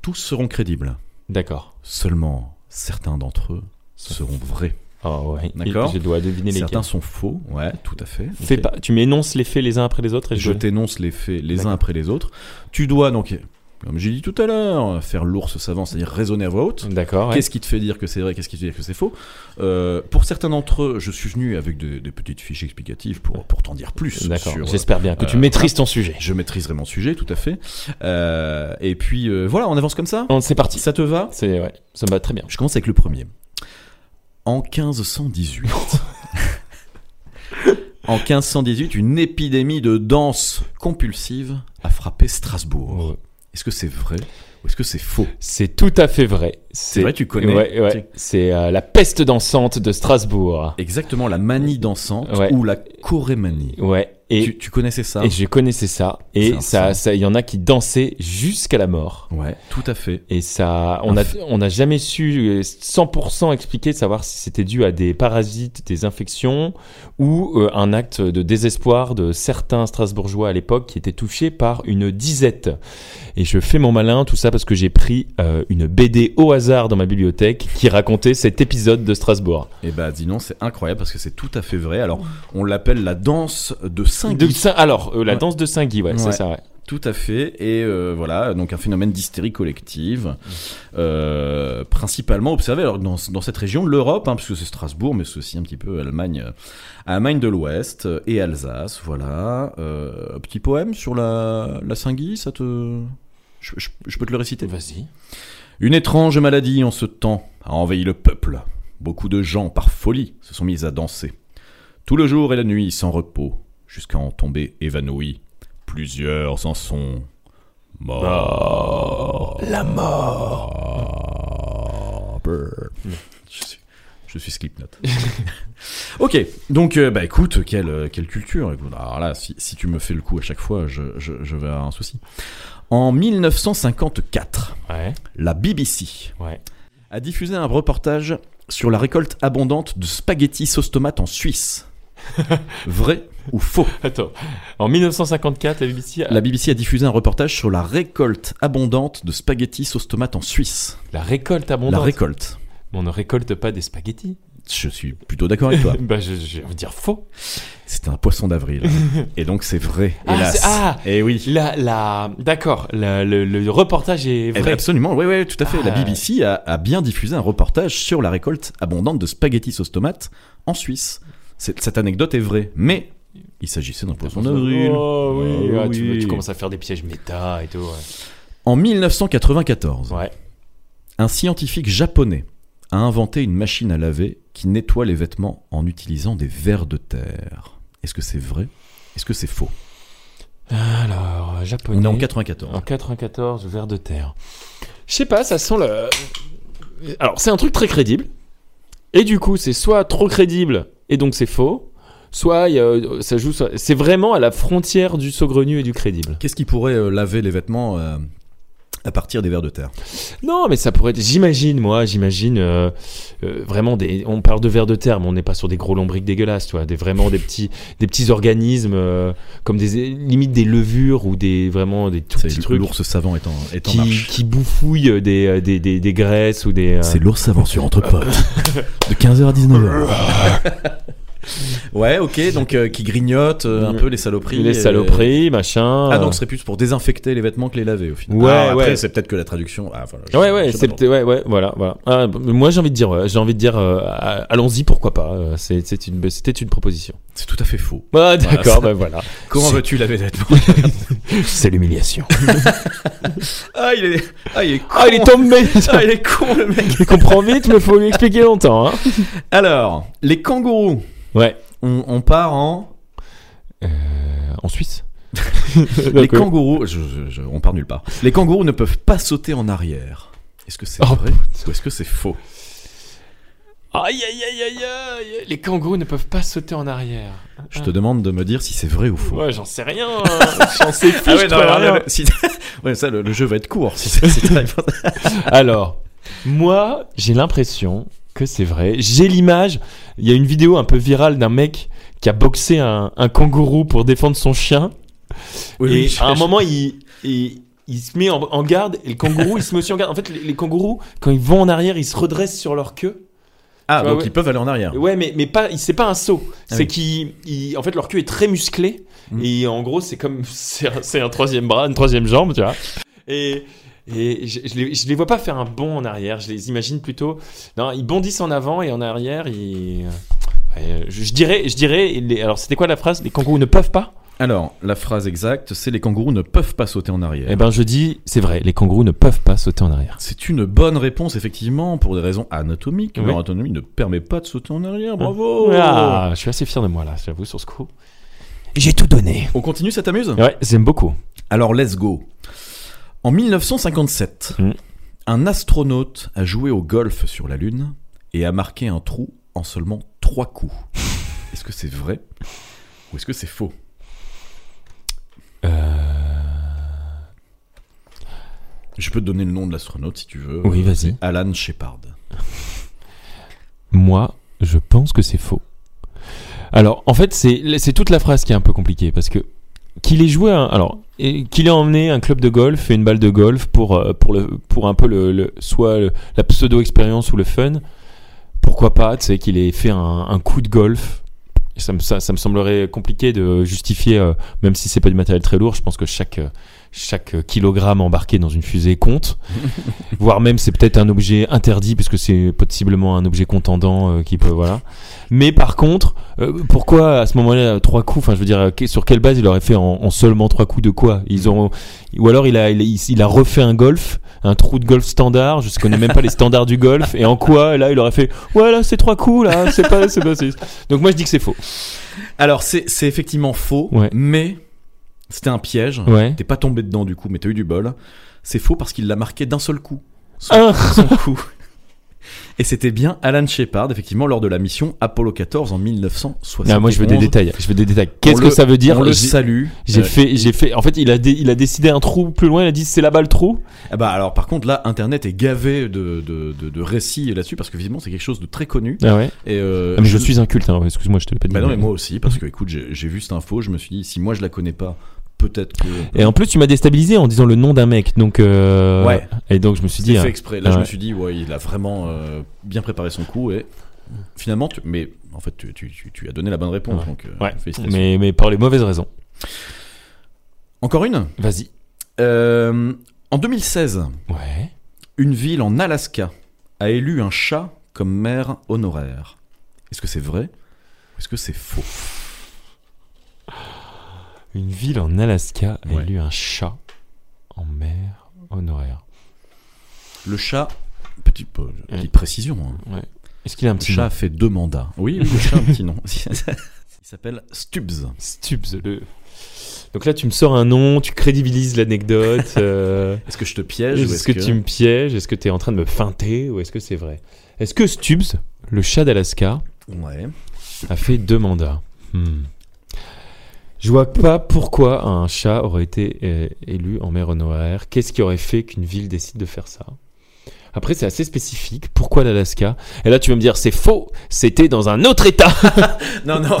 G: Tous seront crédibles.
H: D'accord.
G: Seulement, certains d'entre eux seront vrais.
H: Oh, ouais.
G: D'accord.
H: Et Je dois deviner
G: Certains
H: lesquels.
G: sont faux, ouais, tout à fait.
H: Fais pas, tu m'énonces les faits les uns après les autres et
G: Je
H: je.
G: t'énonce les faits les uns
H: D'accord.
G: après les autres. Tu dois donc, comme j'ai dit tout à l'heure, faire l'ours savant, c'est-à-dire raisonner à voix haute.
H: D'accord. ouais.
G: Qu'est-ce qui te fait dire que c'est vrai, qu'est-ce qui te fait dire que c'est faux Euh, Pour certains d'entre eux, je suis venu avec des, des petites fiches explicatives pour, pour t'en dire plus.
H: D'accord.
G: sur-
H: J'espère bien que tu
G: euh,
H: maîtrises ton sujet.
G: je maîtriserai mon sujet, tout à fait. Euh, et puis euh, voilà, on avance comme ça
H: On- C'est parti.
G: Ça te va
H: C'est ouais. Ça me va très bien.
G: Je commence avec le premier. En 1518. [LAUGHS] en 1518, une épidémie de danse compulsive a frappé Strasbourg. Est-ce que c'est vrai ou est-ce que c'est faux
H: C'est tout à fait vrai.
G: C'est vrai, tu connais
H: Ouais, ouais.
G: tu-
H: C'est euh, la peste dansante de Strasbourg.
G: Exactement, la manie dansante
H: Ouais.
G: ou la chorémanie.
H: Ouais. Et,
G: Tu, tu connaissais ça
H: et je connaissais ça.
G: C'est
H: Et
G: un
H: ça,
G: son.
H: ça, il y en a qui dansaient jusqu'à la mort.
G: Ouais, tout à fait.
H: Et ça,
G: Ah.
H: on a, on n'a jamais su euh, 100% expliquer, savoir si c'était dû à des parasites, des infections, ou euh, un acte de désespoir de certains Strasbourgeois à l'époque qui étaient touchés par une disette. Et je fais mon malin, tout ça parce que j'ai pris euh, une BD au hasard dans ma bibliothèque qui racontait cet épisode de Strasbourg.
G: Eh bah dis non, c'est incroyable parce que c'est tout à fait vrai. Alors, on l'appelle la danse de saint
H: De Saint- alors, euh, la
G: Ouais.
H: danse de Saint-Guy, ouais,
G: Ouais.
H: c'est ça, ouais.
G: Tout à fait. Et euh, voilà, donc un phénomène d'hystérie collective, euh, principalement observé alors, dans, dans cette région de l'Europe, hein, puisque c'est Strasbourg, mais c'est aussi un petit peu Allemagne, euh, Allemagne de l'Ouest euh, et Alsace. Voilà. Euh, petit poème sur la, la Saint-Guy, ça te. Je, je- je peux te le réciter
H: Vas-y.
G: Une étrange maladie en ce temps a envahi le peuple. Beaucoup de gens, par folie, se sont mis à danser. Tout le jour et la nuit, sans repos, jusqu'à en tomber évanoui. Plusieurs en sont morts. La mort. Je suis, je suis Slipknot. [LAUGHS] ok, donc euh, bah écoute, quelle, euh, quelle culture. écoute. Alors là, si, si tu me fais le coup à chaque fois, je, je, je vais avoir un souci. En 1954,
I: Ouais,
G: la BBC
I: ouais.
G: a diffusé un reportage sur la récolte abondante de spaghettis sauce tomate en Suisse. Vrai ou faux
I: Attends. En 1954, la BBC a
G: La BBC a diffusé un reportage sur la récolte abondante de spaghettis sauce tomate en Suisse.
I: la récolte abondante.
G: La récolte.
I: Mais on ne récolte pas des spaghettis.
G: Je suis plutôt d'accord
I: [LAUGHS]
G: avec toi.
I: bah, je- j'ai envie de dire faux.
G: C'est un poisson d'avril. Et donc c'est vrai,
I: Ah,
G: hélas.
I: c'est- ah
G: Et oui.
I: La, la... D'accord, la- le, le reportage est
G: Eh
I: vrai.
G: ben, absolument, oui, oui, tout à fait. La
I: Ah.
G: BBC a, a bien diffusé un reportage sur la récolte abondante de spaghettis sauce tomate en Suisse. C'est- Cette anecdote est vraie, mais il s'agissait d'un poisson d'avril.
I: Oh, oui,
G: Ah,
I: ah, tu-
G: oui.
I: Tu, commences à faire des pièges méta et tout. ouais.
G: En 1994,
I: Ouais.
G: un scientifique japonais a inventé une machine à laver qui nettoie les vêtements en utilisant des vers de terre. Est-ce que c'est vrai Est-ce que c'est faux
I: Alors, euh, japonais.
G: On est en
I: En
G: 94.
I: 94, verre de terre.
H: Je sais pas, ça sent le. Alors, c'est un truc très crédible. Et du coup, c'est soit trop crédible et donc c'est faux, soit il y a- euh, ça joue. sur- C'est vraiment à la frontière du saugrenu et du crédible.
G: Qu'est-ce qui pourrait euh, laver les vêtements euh, à partir des vers de terre
H: Non, mais ça pourrait être. J'imagine, moi, j'imagine euh, euh, vraiment des. On parle de vers de terre, mais on n'est pas sur des gros lombrics dégueulasses, tu vois. Des, vraiment des petits, des petits organismes, euh, comme des limite des levures ou des vraiment des tout petits
G: C'est
H: trucs
G: l'ours savant est en, est en
H: qui,
G: marche.
H: qui bouffouillent des, euh, des, des, des graisses ou des. euh,
G: C'est l'ours savant sur
H: [LAUGHS]
G: Entrepote. De 15h à 19h. ouais, ok, donc euh, qui grignote euh, un peu les saloperies.
H: Mm. les
G: et-
H: saloperies, machin. euh.
G: Ah, donc ce serait plus pour désinfecter les vêtements que les laver au final.
H: Ouais,
G: Ah, après,
H: ouais.
G: c'est peut-être que la traduction. ah, voilà, je-
H: Ouais,
G: je
H: ouais,
G: sais
H: c'est
G: pas.
H: peut- ouais, ouais, voilà, voilà. Ah, b- moi, j'ai envie de dire, ouais, j'ai envie de dire, euh, à- allons-y, pourquoi pas. euh, c'est- c'est une, c'était une proposition.
G: C'est tout à fait faux.
H: Ah,
G: [LAUGHS]
H: d'accord,
G: ça-
H: bah voilà.
G: Comment
H: C'est-
G: veux-tu laver les
H: [LAUGHS]
G: vêtements
H: C'est l'humiliation.
G: Ah, il est, ah, il est con.
H: ah, il est tombé.
G: [LAUGHS] Ah, il est con, le mec.
H: il comprend vite, mais faut lui expliquer longtemps. Hein.
G: Alors, les kangourous.
H: Ouais.
G: On, on part en.
H: Euh, En Suisse.
G: Les kangourous. je- je- je- on part nulle part. Les kangourous ne peuvent pas sauter en arrière. Est-ce que c'est
H: Oh,
G: vrai ou est-ce que c'est faux
I: Aïe, aïe, aïe, aïe, aïe. Les kangourous ne peuvent pas sauter en arrière.
G: Je
H: Ah.
G: te demande de me dire si c'est vrai ou faux.
I: Ouais, j'en sais rien. hein. j'en sais plus.
G: Ah
I: je
G: ouais, non,
I: crois rien.
G: alors, le- [LAUGHS] si- ouais, ça, le, le jeu va être court. Si c'est- si
H: [LAUGHS]
G: t'arrives pas-
H: Alors, moi, j'ai l'impression que c'est vrai. J'ai l'image. Il y a une vidéo un peu virale d'un mec qui a boxé un, un kangourou pour défendre son chien.
G: Oui,
H: et
G: oui, je-
H: à un moment, il, il, il se met en, en garde et le kangourou, il se met aussi en garde. En fait, les, les kangourous, quand ils vont en arrière, ils se redressent sur leur queue.
G: Ah,
H: tu vois,
G: donc
H: ouais.
G: ils peuvent aller en arrière.
H: Ouais, mais, mais pas, c'est pas un saut.
G: Ah
H: c'est
G: oui.
H: qu'ils. ils- En fait, leur queue est très musclée.
G: Mm.
H: Et en gros, c'est comme. [LAUGHS] C'est un, c'est un troisième bras, une troisième jambe, tu vois. Et. Et je, je les, je les vois pas faire un bond en arrière, je les imagine plutôt. Non, ils bondissent en avant et en arrière, ils. Ouais, je, je dirais, je dirais. les- alors, c'était quoi la phrase Les kangourous ne peuvent pas
G: Alors, la phrase exacte, c'est les kangourous ne peuvent pas sauter en arrière.
H: Eh ben, je dis, c'est vrai, les kangourous ne peuvent pas sauter en arrière.
G: C'est une bonne réponse, effectivement, pour des raisons anatomiques.
H: Oui. Hein.
G: Leur autonomie ne permet pas de sauter en arrière. Bravo
H: Ah, je suis assez fier de moi là, j'avoue, sur ce coup.
G: On continue, ça t'amuse
H: Ouais, j'aime beaucoup.
G: Alors, let's go. En 1957,
H: Mm.
G: un astronaute a joué au golf sur la Lune et a marqué un trou en seulement trois coups. est-ce que c'est vrai ou est-ce que c'est faux
H: Euh.
G: Je peux te donner le nom de l'astronaute si tu veux.
H: Oui, vas-y.
G: Alan Shepard.
H: Moi, je pense que c'est faux. Alors, en fait, c'est c'est toute la phrase qui est un peu compliquée parce que qu'il ait joué un, alors et qu'il ait emmené un club de golf et une balle de golf pour euh, pour le pour un peu le, le- soit le- la pseudo expérience ou le fun. Pourquoi pas, tu sais, qu'il ait fait un, un coup de golf. Ça me, ça, ça me semblerait compliqué de justifier, euh, même si c'est pas du matériel très lourd. Je pense que chaque euh, chaque kilogramme embarqué dans une fusée compte, voire même c'est peut-être un objet interdit puisque c'est possiblement un objet contendant euh, qui peut voilà. Mais par contre, euh, pourquoi à ce moment-là euh, trois coups Enfin, je veux dire, euh, que- sur quelle base il aurait fait en, en seulement trois coups de quoi Ils ont ou alors il a il, il- il a refait un golf, un trou de golf standard. Je connais même pas les standards du golf. Et en quoi là il aurait fait ouais là c'est trois coups là c'est pas c'est pas six. Donc moi je dis que c'est faux.
G: Alors, c'est c'est effectivement faux,
H: Ouais.
G: mais c'était un piège.
H: Ouais.
G: T'es pas tombé dedans du coup, mais t'as eu du bol. C'est faux parce qu'il l'a marqué d'un seul coup. Son,
H: Ah.
G: son coup. Et c'était bien Alan Shepard, effectivement, lors de la mission Apollo 14 en 1971.
H: Non, Ah, moi je veux des détails. Je veux des détails. Qu'est-ce
G: On
H: que
G: le-
H: ça veut dire
G: On le
H: J'ai-
G: salue.
H: J'ai
G: Euh,
H: fait, j'ai fait. En fait, il a, dé- il a décidé un trou plus loin. Il a dit c'est là-bas le trou.
G: Ah bah alors par contre là internet est gavé de, de, de, de récits là-dessus parce que visiblement c'est quelque chose de très connu
H: Ah ouais.
G: et euh,
H: mais je suis un culte. hein, Excuse-moi, je te l'ai pas dit.
G: bah non mais moi aussi parce que écoute j'ai j'ai vu cette info je me suis dit si moi je la connais pas peut-être que
H: Et en plus, tu m'as déstabilisé en disant le nom d'un mec. Donc. euh,
G: Ouais.
H: Et donc je me suis
G: C'était
H: dit.
G: fait
H: ah,
G: exprès là je
H: ouais.
G: me suis dit ouais il a vraiment euh, bien préparé son coup et finalement tu- mais en fait tu, tu, tu, tu as donné la bonne réponse
H: Ouais.
G: donc euh,
H: Ouais.
G: félicitations.
H: Mais mais par les mauvaises raisons.
G: encore une
H: Vas-y.
G: Euh, en 2016
H: Ouais.
G: une ville en Alaska a élu un chat comme maire honoraire est-ce que c'est vrai ou est-ce que c'est faux
H: Une ville en Alaska a
G: Ouais.
H: élu un chat en mer honoraire.
G: Le chat, petite, pause, petite
H: Oui.
G: précision, hein.
H: Est-ce qu'il a un
G: le
H: petit
G: chat a fait deux mandats. Oui, oui, le chat a un petit nom. [LAUGHS] Il s'appelle Stubbs.
H: nom Stubbs le. Donc là, tu me sors un nom, tu
G: [LAUGHS]
H: crédibilises l'anecdote. euh,
G: Est-ce que je te piège ou
H: Est-ce que, tu me pièges Est-ce que tu es en train de me feinter Ou est-ce que c'est vrai Est-ce que Stubbs, le chat d'Alaska,
G: Ouais.
H: a fait deux mandats Hmm. Je vois pas pourquoi un chat aurait été euh, élu en mer honoraire. Qu'est-ce qui aurait fait qu'une ville décide de faire ça Après, c'est assez spécifique. Pourquoi l'Alaska Et là, tu vas me dire, c'est faux C'était dans un autre état
G: Non, non,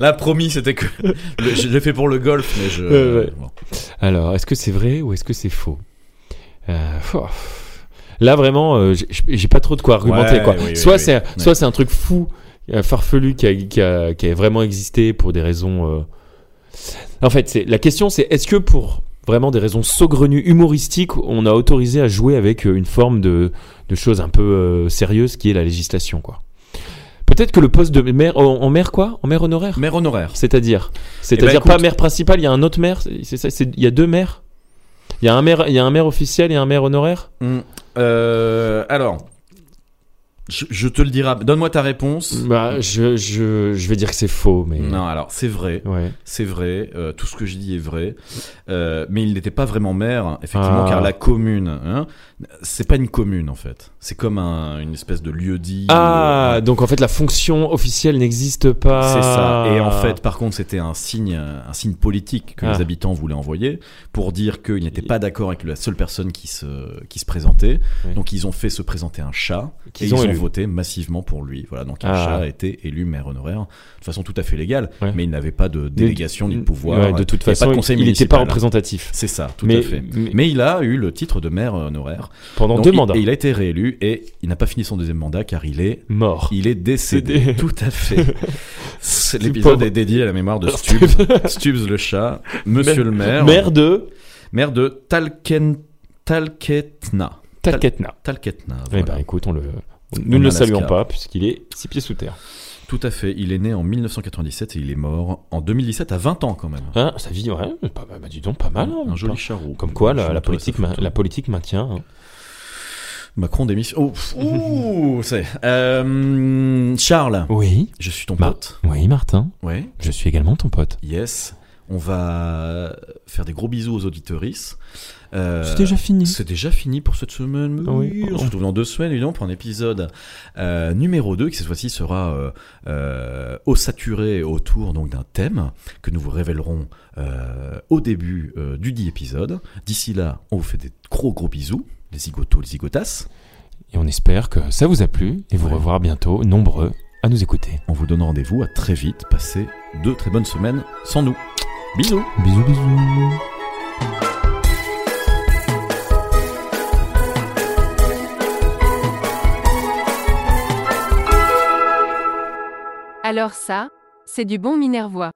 G: là, promis, c'était que. le- je l'ai fait pour le golf, mais je.
H: Ouais, ouais.
G: bon.
H: Alors, est-ce que c'est vrai ou est-ce que c'est faux Euh, pho- Là, vraiment, euh, j'ai- j'ai pas trop de quoi argumenter.
G: Ouais,
H: quoi.
G: oui, oui,
H: soit
G: oui.
H: c'est
G: Ouais.
H: soit c'est un truc fou, euh, farfelu qui a, qui, a, qui a vraiment existé pour des raisons. euh, En fait, c'est la question, c'est est-ce que pour vraiment des raisons saugrenues, humoristiques, on a autorisé à jouer avec euh, une forme de, de choses un peu euh, sérieuse qui est la législation, quoi. Peut-être que le poste de maire en, en maire quoi, en maire honoraire.
G: Maire honoraire.
H: C'est-à-dire C'est-à-dire
G: écoute-
H: pas maire principal, il y a un autre maire, c'est c'est ça, c'est- il y a deux maires Il y a un maire, il y a un maire officiel et un maire honoraire
G: Hum, euh, alors. Je, je te le dirai. Donne-moi ta réponse.
H: Bah, je, je, je vais dire que c'est faux, mais...
G: Non, alors, c'est vrai.
H: Ouais.
G: C'est vrai, euh, tout ce que je dis est vrai, Euh, mais il n'était pas vraiment maire, effectivement,
H: Ah.
G: car la commune, hein, c'est pas une commune en fait, c'est comme un- une espèce de lieu-dit.
H: Ah,
G: euh,
H: donc en fait la fonction officielle n'existe pas.
G: c'est ça. Et en fait, par contre, c'était un signe, un signe politique que
H: Ah.
G: les habitants voulaient envoyer pour dire qu'ils n'étaient pas d'accord avec la seule personne qui se, qui se présentait.
H: Oui.
G: Donc ils ont fait se présenter un chat
H: Qu'ils
G: et
H: ont
G: ils ont
H: élu.
G: voté massivement pour lui. Voilà, donc un
H: Ah.
G: chat a été élu maire honoraire de façon tout à fait légale,
H: Ouais.
G: mais il n'avait pas de délégation du pouvoir.
H: Ouais, de toute
G: Il y a
H: façon,
G: pas de conseil
H: il n'était pas
G: municipal.
H: représentatif.
G: C'est ça, tout
H: Mais-
G: à fait.
H: mais-
G: Mais, il a eu le titre de maire honoraire.
H: Pendant
G: Donc,
H: deux
G: il-
H: mandats.
G: Et il a été réélu et il n'a pas fini son deuxième mandat car il est,
H: Mort.
G: il est
H: Cédé.
G: décédé. [LAUGHS] tout à fait. C'est-
H: Du
G: L'épisode
H: pauvre.
G: est dédié à la mémoire
H: [LAUGHS]
G: de Stubbs, Stubbs le chat, Monsieur le maire,
H: Maire de
G: maire de Talken, Talketna.
H: Talketna.
G: Talketna,
H: Eh
G: voilà.
H: ben écoute, on le... Nous
G: En
H: ne le
G: Alaska.
H: saluons pas puisqu'il est six pieds sous terre.
G: Tout à fait. Il est né en 1997 et il est mort en 2017 à 20 ans quand même.
H: Hein, sa vie, ouais, pas, mal, bah, dis donc, pas mal. hein,
G: un joli
H: pas-
G: charreau.
H: Comme quoi, la,
G: Je
H: la
G: me
H: politique,
G: trouve
H: ma-
G: assez
H: la politique maintient. hein.
G: Macron démission. Oh, pff, ouh, c'est. Euh, Charles,
H: Oui.
G: je suis ton
H: Ma-
G: pote.
H: Oui, Martin.
G: Ouais.
H: Je suis également ton pote.
G: Yes. On va faire des gros bisous aux auditorices. Euh,
H: C'est déjà fini.
G: c'est déjà fini pour cette semaine. Mais
H: Mhm. Oui.
G: oui, on se retrouve dans deux semaines, évidemment, pour un épisode euh, numéro 2 qui cette fois-ci sera euh, euh, au saturé autour donc d'un thème que nous vous révélerons euh, au début euh, du dit épisode. D'ici là, on vous fait des gros gros bisous, les zigotos, les zigotas.
H: Et on espère que ça vous a plu et vous
G: Ouais.
H: revoir bientôt, nombreux, à nous écouter.
G: On vous donne rendez-vous à très vite. Passez deux très bonnes semaines sans nous. Bisous
H: Bisous, bisous.
J: Alors ça, c'est du bon Minervois.